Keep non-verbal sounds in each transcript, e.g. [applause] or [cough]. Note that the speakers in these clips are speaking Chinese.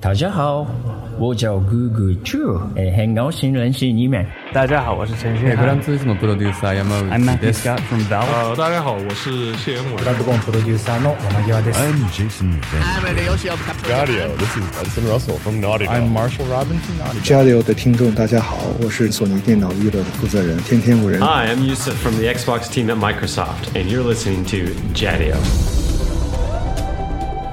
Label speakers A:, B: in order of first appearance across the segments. A: 大家好，我叫 Google Chu，诶，很高兴认识你们。
B: 大家好，我是陈
C: え
B: 轩
C: ーグランツーリスモプロデューサー山
B: I'm
C: 内
B: Matthew
C: です
B: Scott from Valve。
D: 呃，大家好，我是谢恩伟。。
E: I'm Jason Van.
F: 交流的听众，大家好，我是索尼电脑娱乐的负责人天天五人。
G: Hi, I'm Yusuf from the Xbox team at Microsoft, and you're listening to Jadio.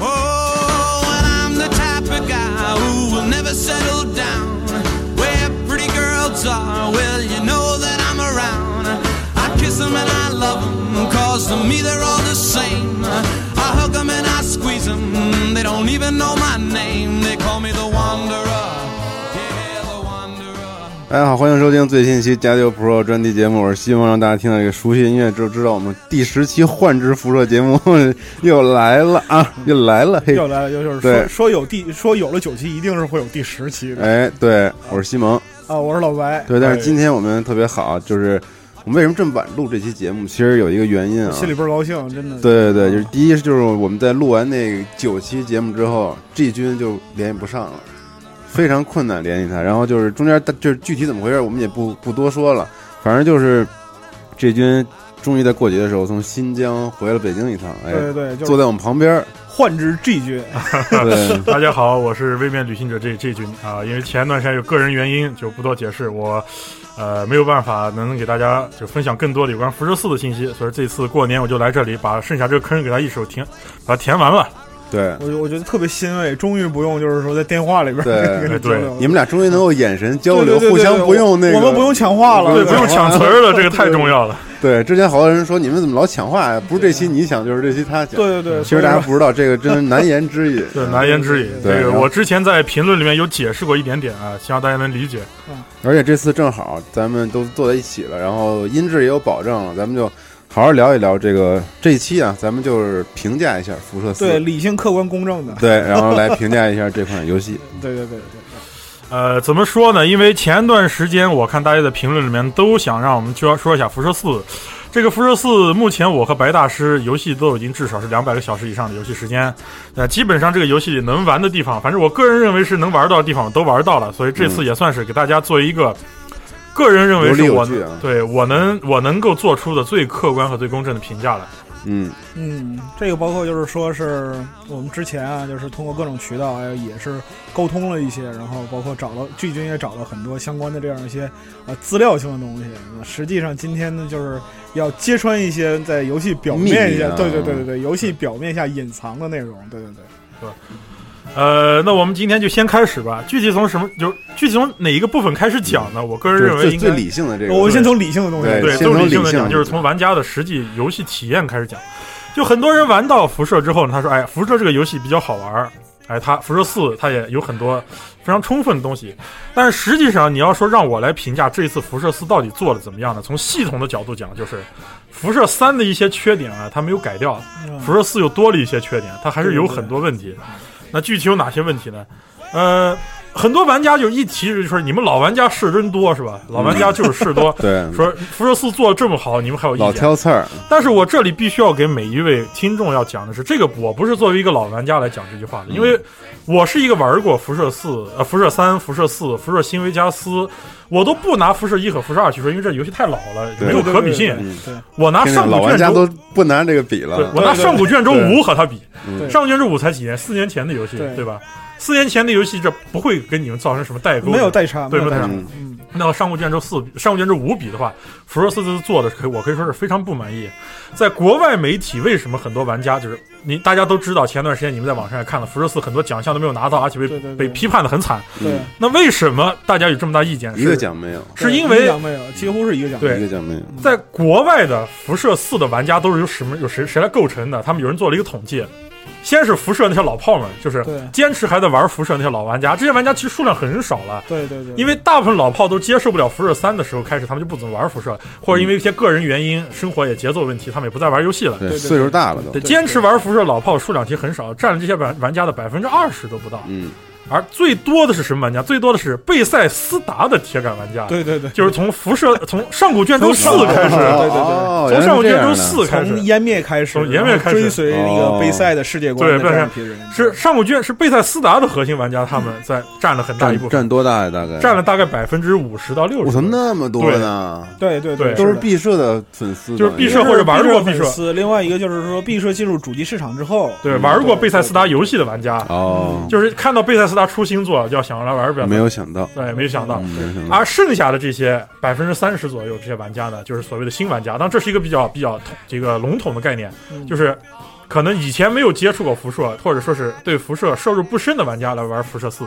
H: Oh, and I'm the type of guy who will never settle down. Where pretty girls are, well, you know that I'm around. I kiss them and I love them, cause to me they're all the same. I hug them and I squeeze them, they don't even know my name. They call me the Wanderer. Yeah, the Wanderer.
I: 大家好，欢迎收听最新一期《加六 Pro》专题节目，我是希望让大家听到这个熟悉音乐，就知道我们第十期幻之辐射节目又来了啊，又来了，嘿，
J: 又来了，又就是
I: 对
J: 说说有第说有了九期，一定是会有第十期的
I: 哎，对，我是西蒙，
J: 啊！我是老白，
I: 对，但是今天我们特别好，就是我们为什么这么晚录这期节目，其实有一个原因啊，
J: 心里倍儿高兴，真的。
I: 对对
J: 嗯
I: 对，就是第一就是我们在录完那九期节目之后，G 君就联系不上了，非常困难联系他。然后就是中间就是具体怎么回事，我们也不不多说了，反正就是 G 君终于在过节的时候从新疆回了北京一趟，哎，
J: 对对，就
I: 坐
J: 是
I: 在我们旁边
J: [laughs]
I: 儿，
J: 换之 G 君，
I: 对
D: 大家好，我是位面旅行者这这君啊，因为前段时间有个人原因，就不多解释，我呃没有办法能给大家就分享更多的有关辐射四的信息，所以这次过年我就来这里把剩下这个坑给他一手填，把它填完 [laughs] 了。
J: [laughs]
I: 对，
J: 我我觉得特别欣慰，终于不用就是说在电话里边
I: 对
J: 跟你交流了，
I: 你们俩终于能够眼神交
J: 对对
I: 流，
J: 对对
I: 互相不用那个，
J: 我们不用抢话了，
D: 对，
I: 对
D: 不用抢词儿了，这个太重要了。
I: 对。之前好多人说你们怎么老抢话呀？不是这期你抢，就是这期他抢。
J: 对对对，
I: 其实大家不知道，这个真难言之隐。
D: 对，难言之隐。
I: 对
D: 这个
I: 然后
D: 我之前在评论里面有解释过一点点啊，希望大家能理解。
I: 而且这次正好咱们都坐在一起了，然后音质也有保证了，咱们就好好聊一聊这个这一期啊，咱们就是评价一下《辐射四
J: 对》理性、客观、公正的，
I: 对，然后来评价一下这款游戏。
J: 对对对对，
D: 呃，怎么说呢？因为前段时间我看大家的评论里面都想让我们说说一下《辐射四》。这个《辐射四》，目前我和白大师游戏都已经至少是两百个小时以上的游戏时间，呃，基本上这个游戏能玩的地方，反正我个人认为是能玩到的地方我都玩到了，所以这
I: 嗯
D: 次也算是给大家做一个个人认为
I: 有理
D: 是
I: 有
D: 我
I: 据啊
D: 对我能我能够做出的最客观和最公正的评价了。 [laughs]
I: 嗯，
J: 嗯，这个包括就是说是我们之前啊，就是通过各种渠道，哎，也是沟通了一些，然后包括找了巨军也找了很多相关的这样一些呃资料性的东西。那实际上今天呢，就是要揭穿一些在游戏表面
I: 秘密
J: 下，
I: 啊
J: 对对对对对，游戏表面下隐藏的内容，对对对。
D: 呃，那我们今天就先开始吧。具体从什么就具体从哪一个部分开始讲呢？我个人
I: 就是
D: 认为
I: 最
D: 应
I: 最
D: 该
I: 理性的这个，
J: 我们先从理性的东西
I: 对
J: 来
D: 对，
J: 说，
I: 先
D: 都
I: 从
D: 理性
I: 理
D: 的
I: 性
D: 讲，就是从玩家的实际游戏体验开始讲。就很多人玩到辐射之后呢，他说：“哎，辐射这个游戏比较好玩儿，哎，它辐射四它也有很多非常充分的东西。”但是实际上，你要说让我来评价这次辐射四到底做的怎么样呢？从系统的角度讲，就是辐射三的一些缺点啊，它没有改掉，辐射四又多了一些缺点，它还是有很多问题。那具体有哪些问题呢？呃，很多玩家就一提就说你们老玩家事真多是吧？老玩家就是事多，
I: [laughs] 对
D: 说辐射四做的这么好，你们还有
I: 老
D: 意见？
I: 挑刺儿，
D: 但是我这里必须要给每一位听众要讲的是，这个我不是作为一个老玩家来讲这句话的，因为我是一个玩过辐射四、呃辐射三、辐射四、辐射新维加斯，我都不拿辐射一和辐射二去说，因为这游戏太老了，
I: 对
D: 没有可比性。
J: 对对
I: 嗯
D: 我拿
I: 现在
D: 上古
I: 老玩
D: 卷
I: 家
D: 轴
I: 都，不拿这个比
D: 对
I: 了。
D: 我拿上古卷轴
I: 对
D: 五和它比，
J: 对对
D: 上古卷轴五才几年，四年前的游戏，
J: 对
D: 对吧？四年前的游戏，这不会跟你们造成什么代沟的，
J: 没有代差，
D: 对
J: 没有代
D: 没有
J: 差，
I: 代差
J: 嗯，
D: 那和上古卷轴四比、上古卷轴五比的话，辐射四这次做的可以，我可以说是非常不满意。在国外媒体，为什么很多玩家就是你大家都知道，前段时间你们在网上也看了，辐射四很多奖项都没有拿到，而且被
J: 对对对
D: 被批判的很惨。
J: 对，
D: 那为什么大家有这么大意见？
I: 一个
D: 是
I: 奖没有，
D: 是
J: 对
D: 因
J: 一
D: 为
J: 个奖没有，几乎是一个奖，
D: 对
I: 一个奖没有。
D: 在国外的辐射四的玩家都是由什么有谁谁来构成的？他们有人做了一个统计，先是辐射那些老炮们，就是坚持还在玩辐射那些老玩家，这些玩家其实数量很少了。
J: 对对对，
D: 因为大部分老炮都接受不了辐射三的时候开始，他们就不怎么玩辐射，或者因为一些个人原因、生活也节奏问题，他们也不再玩游戏了。
I: 对，岁数大了都。
D: 对，坚持玩辐射老炮数量其实很少，占了这些玩玩家的百分之二十都不到。
I: 嗯。
D: 而最多的是什么玩家？最多的是贝塞斯达的铁杆玩家。
J: 对对对，
D: 就是从辐射，从上古卷轴四开始，
J: 对对
I: 哦
D: 对，从上古卷轴四开始，
J: 从湮灭开始，
D: 从湮灭开
J: 始追随那
I: 哦
J: 个贝塞的世界观。
D: 对，贝塞是上古卷是贝塞斯达的核心玩家，他们在占了很大一部分，
I: 占多大呀？大概
D: 占了大概百分之五十到六十。
I: 我操，那么多呢！
J: 对对对，
I: 都是毕设的粉丝，
D: 就是毕设或者玩过毕
J: 设。另外一个就是说，毕设进入主机市场之后，
D: 对玩过贝塞斯达游戏的玩家，
I: 哦，
D: 就是看到贝塞斯达。他出新作，要想来玩表，
I: 没有嗯想到，
D: 对，没有想到。嗯而剩下的这些百分之三十左右这些玩家呢，就是所谓的新玩家。当然，这是一个比较比较这个笼统的概念，就是可能以前没有接触过辐射，或者说是对辐射摄入不深的玩家来玩辐射四。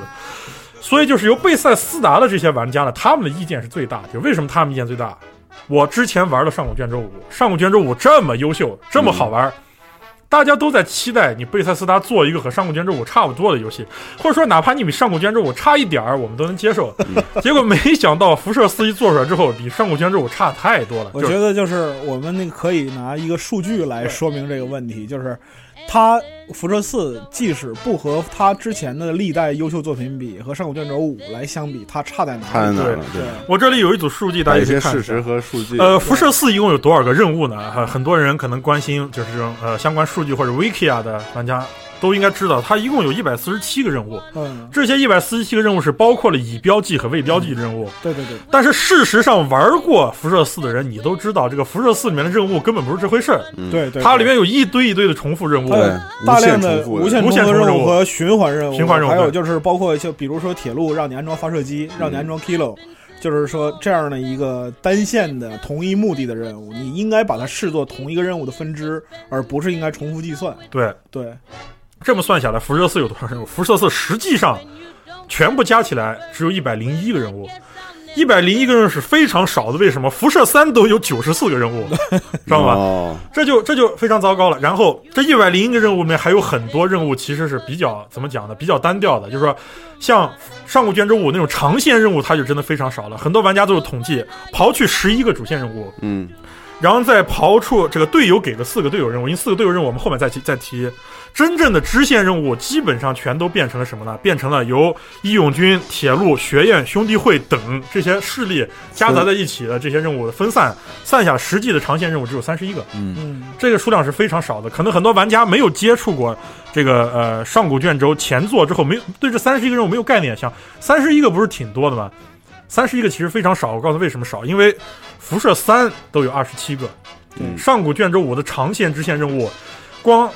D: 所以，就是由贝塞斯达的这些玩家呢，他们的意见是最大。就为什么他们意见最大？我之前玩了上古卷轴五，上古卷轴五这么优秀，这么好玩。嗯大家都在期待你贝塞斯达做一个和《上古卷轴五》差不多的游戏，或者说哪怕你比《上古卷轴五》差一点儿，我们都能接受。结果没想到《辐射四》一做出来之后，比《上古卷轴五》差太多了。
J: 我觉得就是我们那可以拿一个数据来说明这个问
D: 嗯
J: 题，就是它《辐射四》即使不和它之前的历代优秀作品比，和《上古卷轴五》来相比，它差在哪？
I: 差在哪？
D: 对，
I: 对
D: 我这里有一组数据，大家可以看
I: 一事实和数据。
D: 呃，《辐射四》一共有多少个任务呢？很很多人可能关心，就是这种呃相关数。数据或者 Wiki 啊的玩家都应该知道，它一共有一百四十七个任务。
J: 嗯，
D: 这些一百四十七个任务是包括了已标记和未标记任务。
J: 对对对。
D: 但是事实上，玩过辐射四的人，你都知道，这个辐射四里面的任务根本不是这回事儿。
I: 嗯
J: 对嗯对。
D: 它里面有一堆一堆的重复任务，
J: 大量的
I: 无
J: 限
D: 无限重复
J: 任务和循环任务。
D: 循环任务。
J: 还有就是包括就比如说铁路让你安装发射机，让你安装 Kilo。就是说，这样的一个单线的同一目的的任务，你应该把它视作同一个任务的分支，而不是应该重复计算。
D: 对
J: 对，
D: 这么算下来，辐射四有多少任务？辐射四实际上全部加起来只有一百零一个任务，一百零一个任务是非常少的。为什么？辐射三都有九十四个任务，知道吗？
I: 哦、
D: 这就这就非常糟糕了。然后这一百零一个任务里面还有很多任务其实是比较怎么讲呢？比较单调的，就是说。像上古卷轴五那种长线任务，它就真的非常少了。很多玩家都有统计，刨去十一个主线任务，
I: 嗯，
D: 然后再刨出这个队友给的四个队友任务，因为四个队友任务我们后面再提再提。真正的支线任务基本上全都变成了什么呢？变成了由义勇军、铁路、学院、兄弟会等这些势力夹杂在一起的这些任务的分散，散下实际的长线任务只有三十一个，
I: 嗯，
D: 这个数量是非常少的。可能很多玩家没有接触过。这个呃，上古卷轴前作之后没有对这三十一个任务没有概念，像三十一个不是挺多的吗？三十一个其实非常少，我告诉为什么少，因为辐射三都有二十七个，
I: 嗯、
D: 上古卷轴五的长线支线任务，光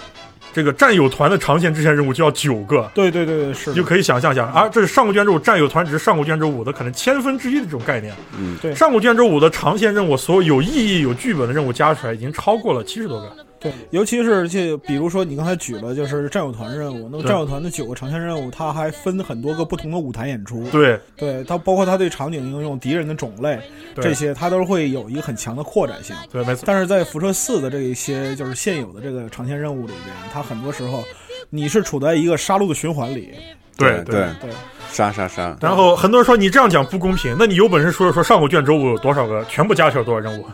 D: 这个战友团的长线支线任务就要九个，
J: 对对对对，是，
D: 你就可以想象一下啊，这是上古卷轴五战友团只是上古卷轴五的可能千分之一的这种概念，
I: 嗯，
J: 对，
D: 上古卷轴五的长线任务所有有意义、有剧本的任务加起来已经超过了七十多个。
J: 对，尤其是就比如说你刚才举了就是战友团任务，那么战友团的九个长线任务，它还分很多个不同的舞台演出。
D: 对，
J: 对，它包括它对场景应用、敌人的种类这些，它都会有一个很强的扩展性。
D: 对，没错。
J: 但是在辐射四的这一些就是现有的这个长线任务里边，它很多时候你是处在一个杀戮的循环里。
D: 对
I: 对
J: 对，
I: 杀杀杀！
D: 然后很多人说你这样讲不公平，那你有本事说一说上古卷轴五有多少个，全部加起来多少任务？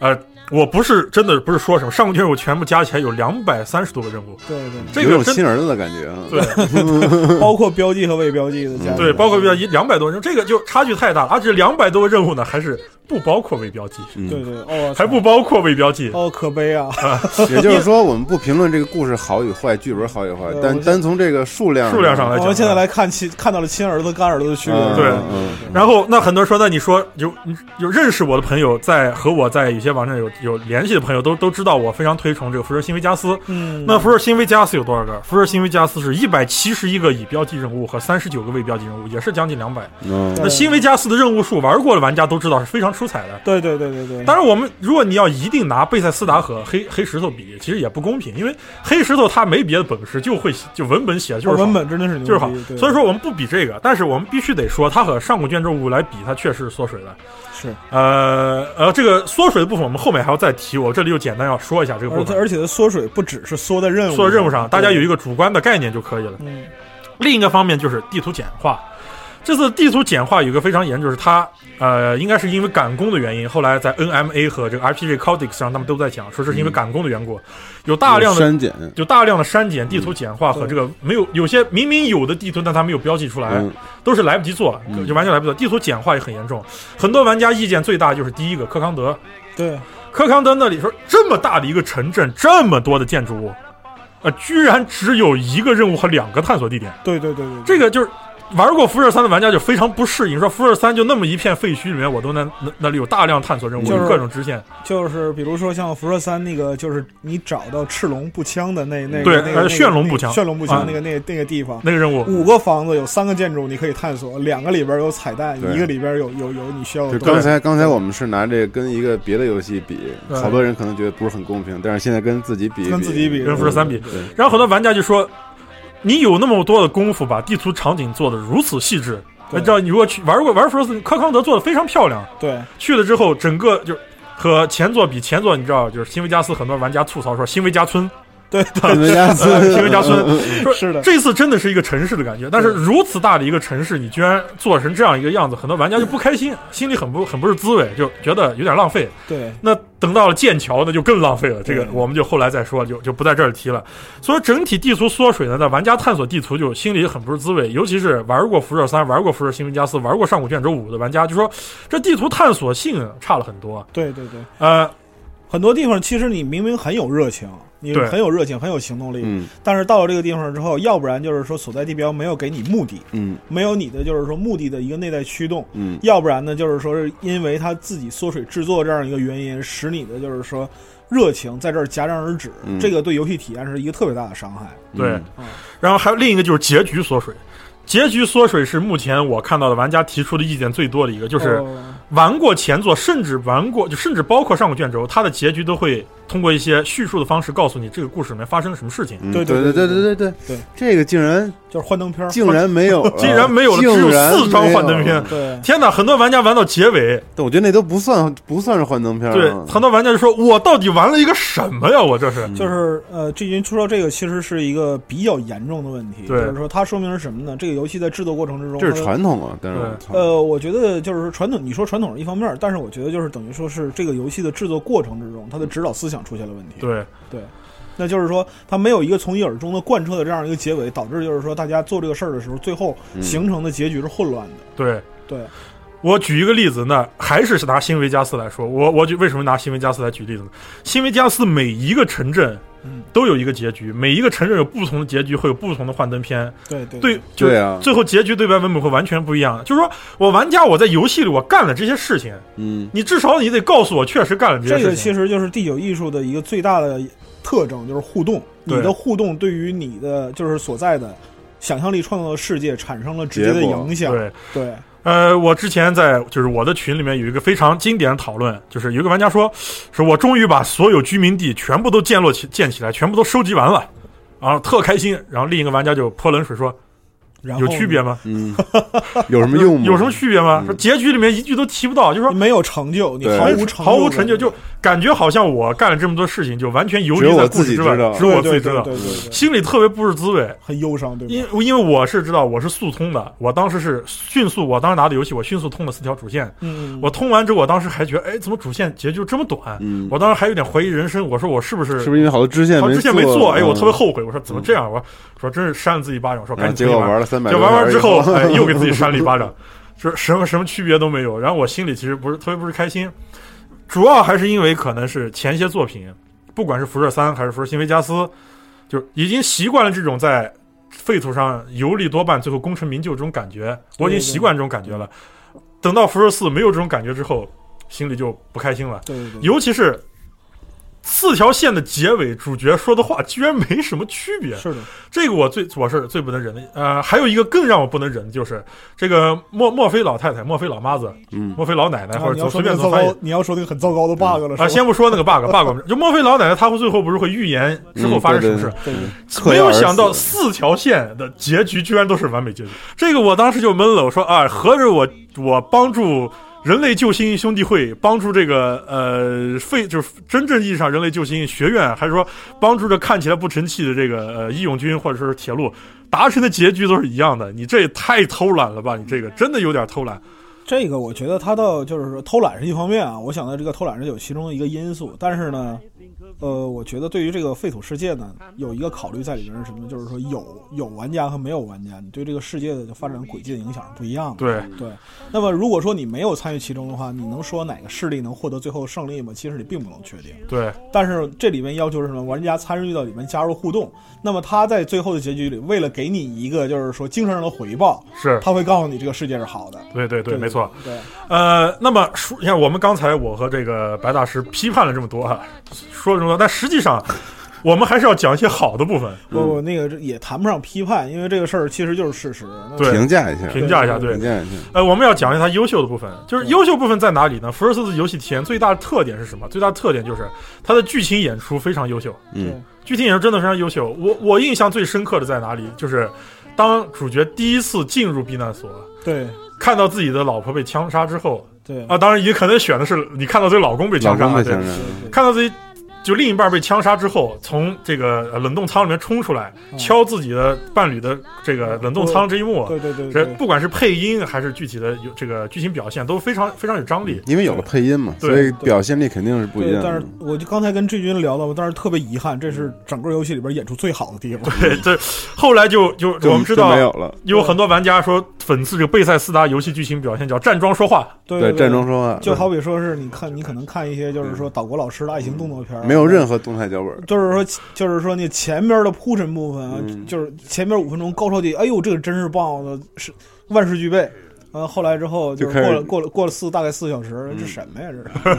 D: 呃，我不是真的不是说什么，上古卷轴全部加起来有两百三十多个任务。
J: 对对，
D: 这个
I: 有亲儿子的感觉啊。
D: 对，
J: 包括标记和未标记的加、嗯。
D: [laughs] 对，包括标记两百多人，这个就差距太大了。而且两百多个任务呢，还是不包括未标记。
I: 嗯、
J: 对对哦，
D: 还不包括未标记。
J: 哦，可悲啊！
I: 也就是说，我们不评论这个故事好与坏，剧本好与坏，但单从这个数量
D: 数量上来讲，
J: 我们现在来看亲看到了亲儿子干儿子的区别。
I: 嗯、
D: 对，
I: 嗯、
D: 然后那很多人说，那你说有有认识我的朋友在和我在有些网站有有联系的朋友都都知道我非常推崇这个辐射新维加斯。
J: 嗯，
D: 那辐射新维加斯有多少个？辐射新维加斯是一百七十一个已标记任务和三十九个未标记任务，也是将近两百。
I: 嗯、
D: 那新维加斯的任务数，玩过的玩家都知道是非常。出彩的。
J: 对对对对对。
D: 当然，我们如果你要一定拿贝塞斯达和黑黑石头比，其实也不公平，因为黑石头他没别的本事，就会就文本写的就是好
J: 哦文本真的是
D: 就是好
J: 牛逼。对
D: 所以说我们不比这个，但是我们必须得说，它和上古卷轴五来比，它确实是缩水的。
J: 是
D: 呃呃，这个缩水的部分我们后面还要再提，我这里就简单要说一下这个部
J: 而且
D: 分。
J: 而且它缩水不只是缩在任务
D: 做任务上，大家有一
J: 个
D: 个主观的概念就可以了。
J: 嗯
D: 另一个方面就是地图简化。这次地图简化有一个非常严重，就是它呃，应该是因为赶工的原因，后来在 NMA 和这个 RPG Codex 上，他们都在讲说这是因为赶工的缘故，有大量的
I: 删减，
D: 有大量的删减、地图简化和这个没有有些明明有的地图，但它没有标记出来，
I: 嗯，
D: 都是来不及做，就完全来不及做。地图简化也很严重，很多玩家意见最大就是第一个科康德，
J: 对
D: 科康德那里说这么大的一个城镇，这么多的建筑物，呃，居然只有一个任务和两个探索地点。
J: 对对对对，
D: 这个就是玩过辐射三的玩家就非常不适应，说辐射三就那么一片废墟里面，我都能那那里有大量探索任务，
J: 就是
D: 有各种支线，
J: 就是比如说像辐射三那个，就是你找到赤龙步枪的那那个
D: 对
J: 那个
D: 呃
J: 那个
D: 炫龙步枪
J: 那个炫龙步
D: 啊
J: 枪那个那个那个地方。
D: 那个任务
J: 五个房子有三个建筑，你可以探索，两个里边有彩蛋，
I: 对
J: 一个里边有有有你需要的
I: 就
J: 东西。
I: 刚才刚才我们是拿这个跟一个别的游戏比，
D: 对
I: 好多人可能觉得不是很公平，但是现在跟自己比一比，
J: 跟自己比
D: 跟辐射三比
I: 对，
D: 然后很多玩家就说，你有那么多的功夫把地图场景做的如此细致，那
J: 对
D: 知道你如果去玩过玩辐射四，科康德做的非常漂亮，
J: 对
D: 去了之后整个就。和前作比，前作你知道，就是新维加斯，很多玩家吐槽说新维加村，
J: 对
D: 呃 [laughs]
I: 新维加斯，
D: 新维加村
I: 嗯，
D: 说
J: 是的
D: 这次真的是一个城市的感觉，但是如此大的一个城市，你居然做成这样一个样子，很多玩家就不开心，心里很不很不是滋味，就觉得有点浪费。
J: 对
D: 那等到了剑桥，那就更浪费了。这个我们就后来再说，就就不在这儿提了。所以整体地图缩水呢，在玩家探索地图就心里很不是滋味，尤其是玩过辐射三、玩过辐射新闻加四、玩过上古卷轴五的玩家，就说这地图探索性差了很多。
J: 对对对，
D: 呃，
J: 很多地方其实你明明很有热情，你
D: 对
J: 很有热情，很有行动力，
I: 嗯
J: 但是到了这个地方之后，要不然就是说所在地标没有给你目的，
I: 嗯
J: 没有你的就是说目的的一个内在驱动，
I: 嗯，
J: 要不然呢，就是说是因为他自己缩水制作这样一个原因，使你的就是说热情在这儿戛然而止，
I: 嗯
J: 这个对游戏体验是一个特别大的伤害。
D: 对
I: 嗯
D: 然后还有另一个就是结局缩水。结局缩水是目前我看到的玩家提出的意见最多的一个，就是
J: 哦
D: 玩过前作，甚至玩过，就甚至包括上古卷轴，它的结局都会通过一些叙述的方式告诉你这个故事里面发生了什么事情。
I: 嗯
J: 对
I: 对
J: 对
I: 对
J: 对
I: 对对对
J: 对，
I: 这个竟然
J: 就是幻灯片儿，
I: 竟然没有了，
D: [laughs] 竟然没有了
I: 竟
D: 只有
I: 然
D: 四张
I: 没有
D: 幻灯片
I: 了
J: 对
D: 天哪，很多玩家玩到结尾，
I: 但我觉得那都不算不算是幻灯片儿
D: 对
I: 啊，
D: 很多玩家就说：“我到底玩了一个什么呀？我这是。
J: 就是呃，这军出到这个其实是一个比较严重的问题，
D: 对
J: 就是说它说明是什么呢？这个游戏在制作过程之中，
I: 这是
J: 它
I: 传统啊，但是我
D: 对
I: 操
J: 呃，我觉得就是传统，你说传统是一方面儿，但是我觉得就是等于说是这个游戏的制作过程之中，它的指导思想出现了问题。
D: 对，
J: 对，那就是说它没有一个从一而终的贯彻的这样一个结尾，导致就是说大家做这个事儿的时候，最后
I: 嗯
J: 形成的结局是混乱的。
D: 对，
J: 对，
D: 我举一个例子，那还是拿新维加斯来说，我我举为什么拿新维加斯来举例子呢？新维加斯每一个城镇
J: 嗯，
D: 都有一个结局，每一个城镇有不同的结局，会有不同的幻灯片，
J: 对对
D: 对，就是
I: 对啊，
D: 最后结局对白文本会完全不一样。就是说我玩家我在游戏里我干了这些事情，
I: 嗯
D: 你至少你得告诉我确实干了这些
J: 这
D: 事
J: 个
D: 情。
J: 其实就是第九艺术的一个最大的特征，就是互动。你
D: 对
J: 的互动对于你的就是所在的想象力创造的世界产生了直接的
I: 结果
J: 影响。
D: 对，
J: 对
D: 呃，我之前在就是我的群里面有一个非常经典的讨论，就是有一个玩家说，说我终于把所有居民地全部都建落起建起来，全部都收集完了，啊，特开心。然后另一个玩家就泼冷水说，
J: 然后
D: 有区别吗？
I: 嗯，有什么用吗？
D: 有什么？区别吗？
I: 嗯
D: 说结局里面一句都提不到，就说
J: 你没有成就，你
I: 对
J: 毫无
D: 哎
J: 成
D: 毫无成就，
J: 就
D: 就感觉好像我干了这么多事情，就完全游
I: 只有
D: 离在
I: 我
D: 故
I: 自己
D: 事之外
I: 知道，
D: 只有我自
J: 对对
D: 己知道
J: 对，对对对
D: 心里特别不是滋味。
J: 很忧伤，对吧？
D: 因因为我是知道我是速通的，我当时是迅速，我当时拿的游戏，我迅速通了四条主线，
J: 嗯，嗯
D: 我通完之后，我当时还觉得，哎，怎么主线结局这么短？
I: 嗯
D: 我当时还有点怀疑人生，我说我是不是
I: 是不是因为好多支线
D: 好像之前没做？哎，我特别
I: 嗯
D: 后悔，我说怎么这样？我说真是扇了自己一巴掌，我说
I: 然
D: 赶
I: 后
D: 紧
I: 结
D: 重
I: 果
D: 新玩
I: 玩了三百，
D: 就玩完之后，哎，又给自己扇了一巴掌， [laughs] 就是什么什么区别都没有。然后我心里其实不是特别不是开心，主要还是因为可能是前些作品，不管是辐射三还是辐射新维加斯，就是已经习惯了这种在废土上游历多半，最后功成名就这种感觉，我已经习惯这种感觉了。等到辐射四没有这种感觉之后，心里就不开心了，
J: 对对对，
D: 尤其是。四条线的结尾，主角说的话居然没什么区别。
J: 是的，
D: 这个我最我是最不能忍的。呃，还有一个更让我不能忍的就是这个墨墨菲老太太、墨菲老妈子、
I: 嗯
D: 墨菲老奶奶，
J: 啊
D: 或者
J: 你
D: 怎
J: 要
D: 么
J: 说
D: 随
J: 那
D: 便
J: 个
D: 怎么
J: 糟
D: 翻译
J: 糕，你要说那个很糟糕的 bug 了是吧
D: 啊，先不说那个 [laughs] bug，bug 我们就墨菲老奶奶她会最后不是会预言之后发生什么事
I: 嗯？
J: 对对
D: 没有想到四条线的结局居然都是完美结局，这个我当时就闷了。我说啊，合着我我帮助人类救星兄弟会，帮助这个呃废，就是真正意义上人类救星学院，还是说帮助这看起来不成器的这个呃义勇军或者说是铁路，达成的结局都是一样的？你这也太偷懒了吧！你这个真的有点偷懒。
J: 这个我觉得他倒就是说偷懒是一方面啊，我想到这个偷懒是有其中的一个因素，但是呢，呃，我觉得对于这个废土世界呢，有一个考虑在里面是什么呢？就是说有有玩家和没有玩家，你对这个世界的发展轨迹的影响是不一样的。
D: 对
J: 对，那么如果说你没有参与其中的话，你能说哪个势力能获得最后胜利吗？其实你并不能确定。
D: 对，
J: 但是这里面要求是什么？玩家参与到里面加入互动，那么他在最后的结局里，为了给你一个就是说精神上的回报，
D: 是
J: 他会告诉你这个世界是好的。
D: 对对对，没错。
J: 对，
D: 呃，那么说，你看我们刚才我和这个白大师批判了这么多啊，说了这么多，但实际上我们还是要讲一些好的部分，
J: 不不，那个这也谈不上批判，因为这个事儿其实就是事实。那
D: 对
I: 嗯评价一下，
D: 评价一下，嗯对
I: 评，价一下，
D: 呃，我们要讲一下它优秀的部分，就是优秀部分在哪里呢？福尔斯的游戏体验最大的特点是什么？最大的特点就是它的剧情演出非常优秀，
I: 嗯，
D: 剧情演出真的非常优秀。我我印象最深刻的在哪里？就是当主角第一次进入避难所，
J: 对
D: 看到自己的老婆被枪杀之后，
J: 对
D: 啊，当然也可能选的是你看到自己老公被
I: 老
D: 枪杀，啊
I: 公被
D: 对
I: 强杀，
D: 看到自己就另一半被枪杀之后，从这个呃冷冻仓里面冲出来，
J: 嗯
D: 敲自己的伴侣的这个冷冻仓这一幕，
J: 对对对
D: 这
J: 对
D: 不管是配音还是具体的有这个剧情表现，都非常非常有张力。
J: 嗯
I: 因为有了配音嘛，
D: 对
I: 所以表现力肯定是不一
J: 对，
I: 样嗯
J: 但
I: 的
J: 是。我就刚才跟志军聊到，但是特别遗憾，这是整个游戏里边演出最好的地方。
D: [laughs] 对，这后来就就
I: 就
D: 我们知道
I: 就没有了，
D: 有很多玩家说讽刺这个贝塞斯达游戏剧情表现叫站桩说话，
J: 对
I: 对，
J: 对，
I: 站桩说话，
J: 就
I: 对
J: 好比说是你看，你可能看一些就是说岛国老师的爱情动作片儿，啊
I: 没有任何动态脚本，
J: 就是说，就是说，那前边的铺陈部分啊，
I: 嗯
J: 就是前边五分钟高潮点，哎呦，这个真是棒，我的是万事俱备。呃，后来之后就是
I: 就开
J: 过
I: 始
J: 了过了过了四大概四个小时，这什么呀？这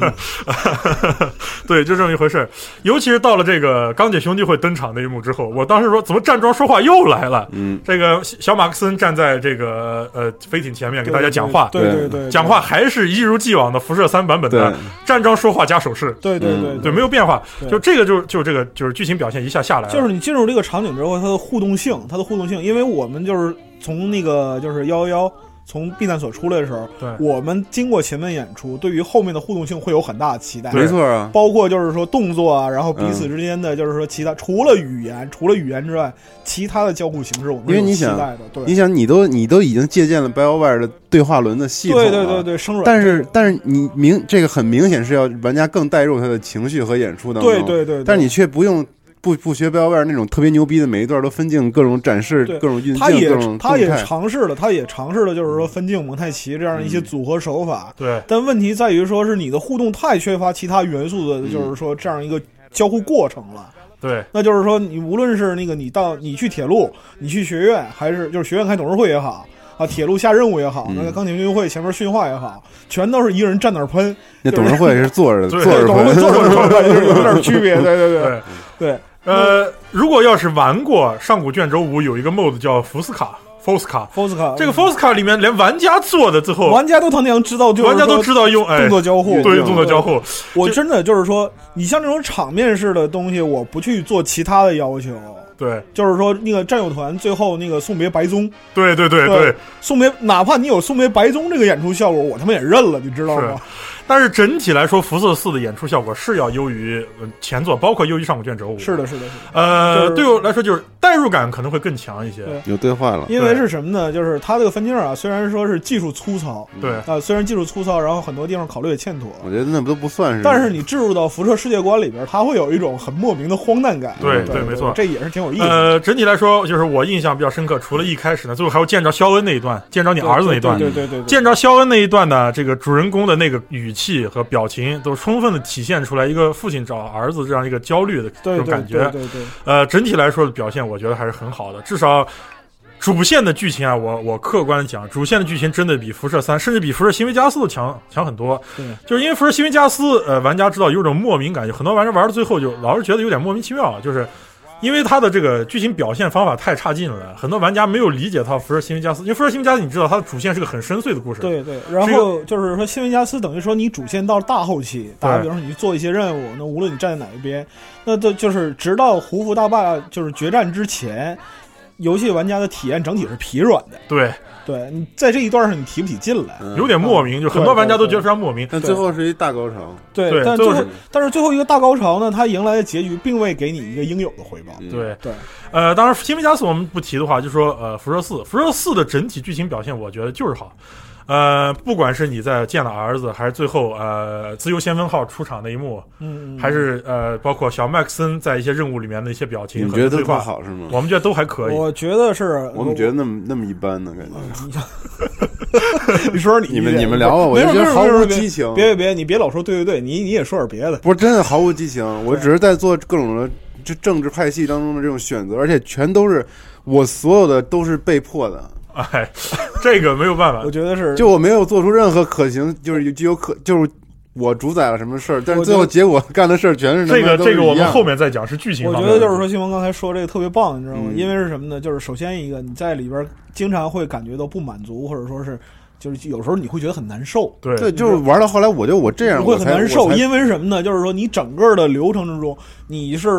J: 是
D: [laughs] 对，就这么一回事儿。尤其是到了这个钢铁兄弟会登场那一幕之后，我当时说怎么站桩说话又来了？
I: 嗯，
D: 这个小小马克森站在这个呃飞艇前面给大家讲话，嗯
J: 对对对对，
D: 讲话还是一如既往的辐射三版本的
I: 对
D: 站桩说话加手势，
J: 对，对
I: 嗯
J: 对对
D: 对，没有变化。
J: 对
D: 就这个就就这个就是剧情表现一下下来了，
J: 就是你进入这个场景之后，它的互动性，它的互动性，因为我们就是从那个就是幺幺幺从避难所出来的时候，
D: 对
J: 我们经过前面演出，对于后面的互动性会有很大的期待。
I: 没错嗯啊，
J: 包括就是说动作啊，然后彼此之间的，就是说其他、除了语言，除了语言之外，其他的交互形式我们是
I: 因为你
J: 有期
I: 想
J: 待的，对，
I: 你想，你都你都已经借鉴了 BioWare 的对话轮的系统了，
J: 对对对对，生软，
I: 但是但是你明这个很明显是要玩家更带入他的情绪和演出当中，
J: 对对对，
I: 但是
J: 是
I: 你却不用不不学 BioWare 那种特别牛逼的每一段都分镜各种展示
J: 对
I: 各种运
J: 他
I: 镜
J: 也
I: 各种
J: 他也
I: 动态嗯
J: 尝试了，他也尝试了，就是说分镜蒙太奇这样一些组合手法，
D: 对
J: 但问题在于说是你的互动太缺乏其他元素的，就是说这样一个交互过程了。
D: 对
J: 那就是说，你无论是那个你到你去铁路，你去学院，还是就是学院开董事会也好啊，铁路下任务也好，那个钢铁运会前面训话也好，全都是一个人站那儿 [laughs] 喷，
I: 那董事会是坐着
D: [laughs] 对
I: 坐着
J: 董事会
I: 喷，
J: 坐
I: [laughs]
J: 着喷，就是有点区别，对对对
D: 对。
J: [laughs] 对。
D: 呃，如果要是玩过《上古卷轴五》，有一个 mod 叫福斯卡 f o s c a
J: f o s c a
D: [laughs] 这个 f o s c a 里面连玩家做的最
J: 嗯
D: 后，
J: 玩家都他娘知道，就是
D: 玩家都知道用
J: 说
D: 哎
J: 动作交互，
D: 对动作交互，
J: 我真的就是说，你像这种场面式的东西，我不去做其他的要求。
D: 对
J: 就是说，那个战友团最后那个送别白宗，
D: 对对对哎对。
J: 送别，哪怕你有送别白宗这个演出效果，我他妈也认了，你知道吗？
D: 但是整体来说，《辐射四》的演出效果是要优于呃前作，包括优于《上古卷轴五》。
J: 是的，是的，是的。
D: 呃，
J: 就是
D: 对我来说就是代入感可能会更强一些。
J: 对
I: 有对话了，
J: 因为是什么呢？就是它这个分镜啊，虽然说是技术粗糙，
D: 对
J: 啊、虽然技术粗糙，然后很多地方考虑也欠妥，
D: 嗯
I: 我觉得那都不算是，
J: 但是你置入到辐射世界观里边，它会有一种很莫名的荒诞感。
D: 对
J: 对
D: 对没错
J: 这也是挺有意思的。
D: 呃，整体来说，就是我印象比较深刻，除了一开始呢，最后还有见着肖恩那一段，见着你
J: 对
D: 儿子那一段，
J: 对对对对对，
D: 见着肖恩那一段呢，这个主人公的那个语气和表情都充分的体现出来一个父亲找儿子这样一个焦虑的这
J: 对
D: 种
J: 对
D: 感觉。
J: 对对对，
D: 呃，整体来说的表现，我觉得还是很好的，至少。主线的剧情啊，我我客观地讲，主线的剧情真的比《辐射三》甚至比《辐射新维加斯》强强很多。
J: 对，
D: 就是因为《辐射新维加斯》，呃，玩家知道有种莫名感，就很多玩家玩到最后就老是觉得有点莫名其妙，啊就是因为它的这个剧情表现方法太差劲了，很多玩家没有理解到《辐射新维加斯》，因为《辐射新维加斯》你知道它的主线是个很深邃的故事，
J: 对对，然后就是说，新维加斯等于说你主线到了大后期，打个比方说你去做一些任务，那无论你站在哪一边，那这就是直到胡服大坝就是决战之前，游戏玩家的体验整体是疲软的。
D: 对，
J: 对你在这一段上你提不起劲来，
D: 嗯
I: 嗯
D: 有点莫名，就很多玩家都觉得非常莫名。
I: 但最后是一大高潮，
J: 对，
D: 对
J: 但
D: 最后
J: 后
D: 是
J: 但是最后一个大高潮呢，它迎来的结局并未给你一个应有的回报。
D: 对
J: 对，
D: 呃，当然，新维加斯我们不提的话，就说呃，辐射四，辐射四的整体剧情表现，我觉得就是好。呃，不管是你在见了儿子，还是最后呃自由先锋号出场那一幕，
J: 嗯，
D: 还是呃包括小麦克森在一些任务里面的一些表情
I: 你
D: 和
I: 觉得
D: 对
I: 不
D: 话，
I: 好是吗？
D: 我们觉得都还可以。
J: 我觉得是，
I: 我怎么觉得那么那么一般呢？感
J: 嗯
I: 觉
J: [laughs] 你说说你
I: 你们
J: 理解
I: 你们聊吧，我
J: 没
I: 就
J: 事
I: 觉
J: 没
I: 得
J: 事
I: 毫
J: 没
I: 无
J: 事
I: 激情。啊
J: 别别别，你别老说对对对，你你也说点别的。
I: 不是真的毫无激情，我只是在做各种的这政治派系当中的这种选择，而且全都是我所有的都是被迫的，
D: 哎， [laughs] 这个没有办法
J: 我。觉得是，
I: 就我没有做出任何可行，就是有具有可就是我主宰了什么事儿，但是
J: 我觉
I: 最
J: 得
I: 后结果干的事儿全是他
D: 这
I: 妈
D: 个
I: 都
D: 这
I: 是
D: 个我
I: 一
D: 们
I: 样
D: 后面再讲是剧情
J: 我
D: 方
J: 觉
D: 面。
J: 得就是说，新闻刚才说这个特别棒，你知道吗？
I: 嗯
J: 因为是什么呢？就是首先一个，你在里边经常会感觉到不满足，或者说是，就是有时候你会觉得很难受，
D: 对
I: 对，就是玩到后来，我就我这样
J: 你会
I: 我
J: 很
I: 才
J: 难受，
I: 我才
J: 因为是什么呢？就是说你整个的流程之中，你是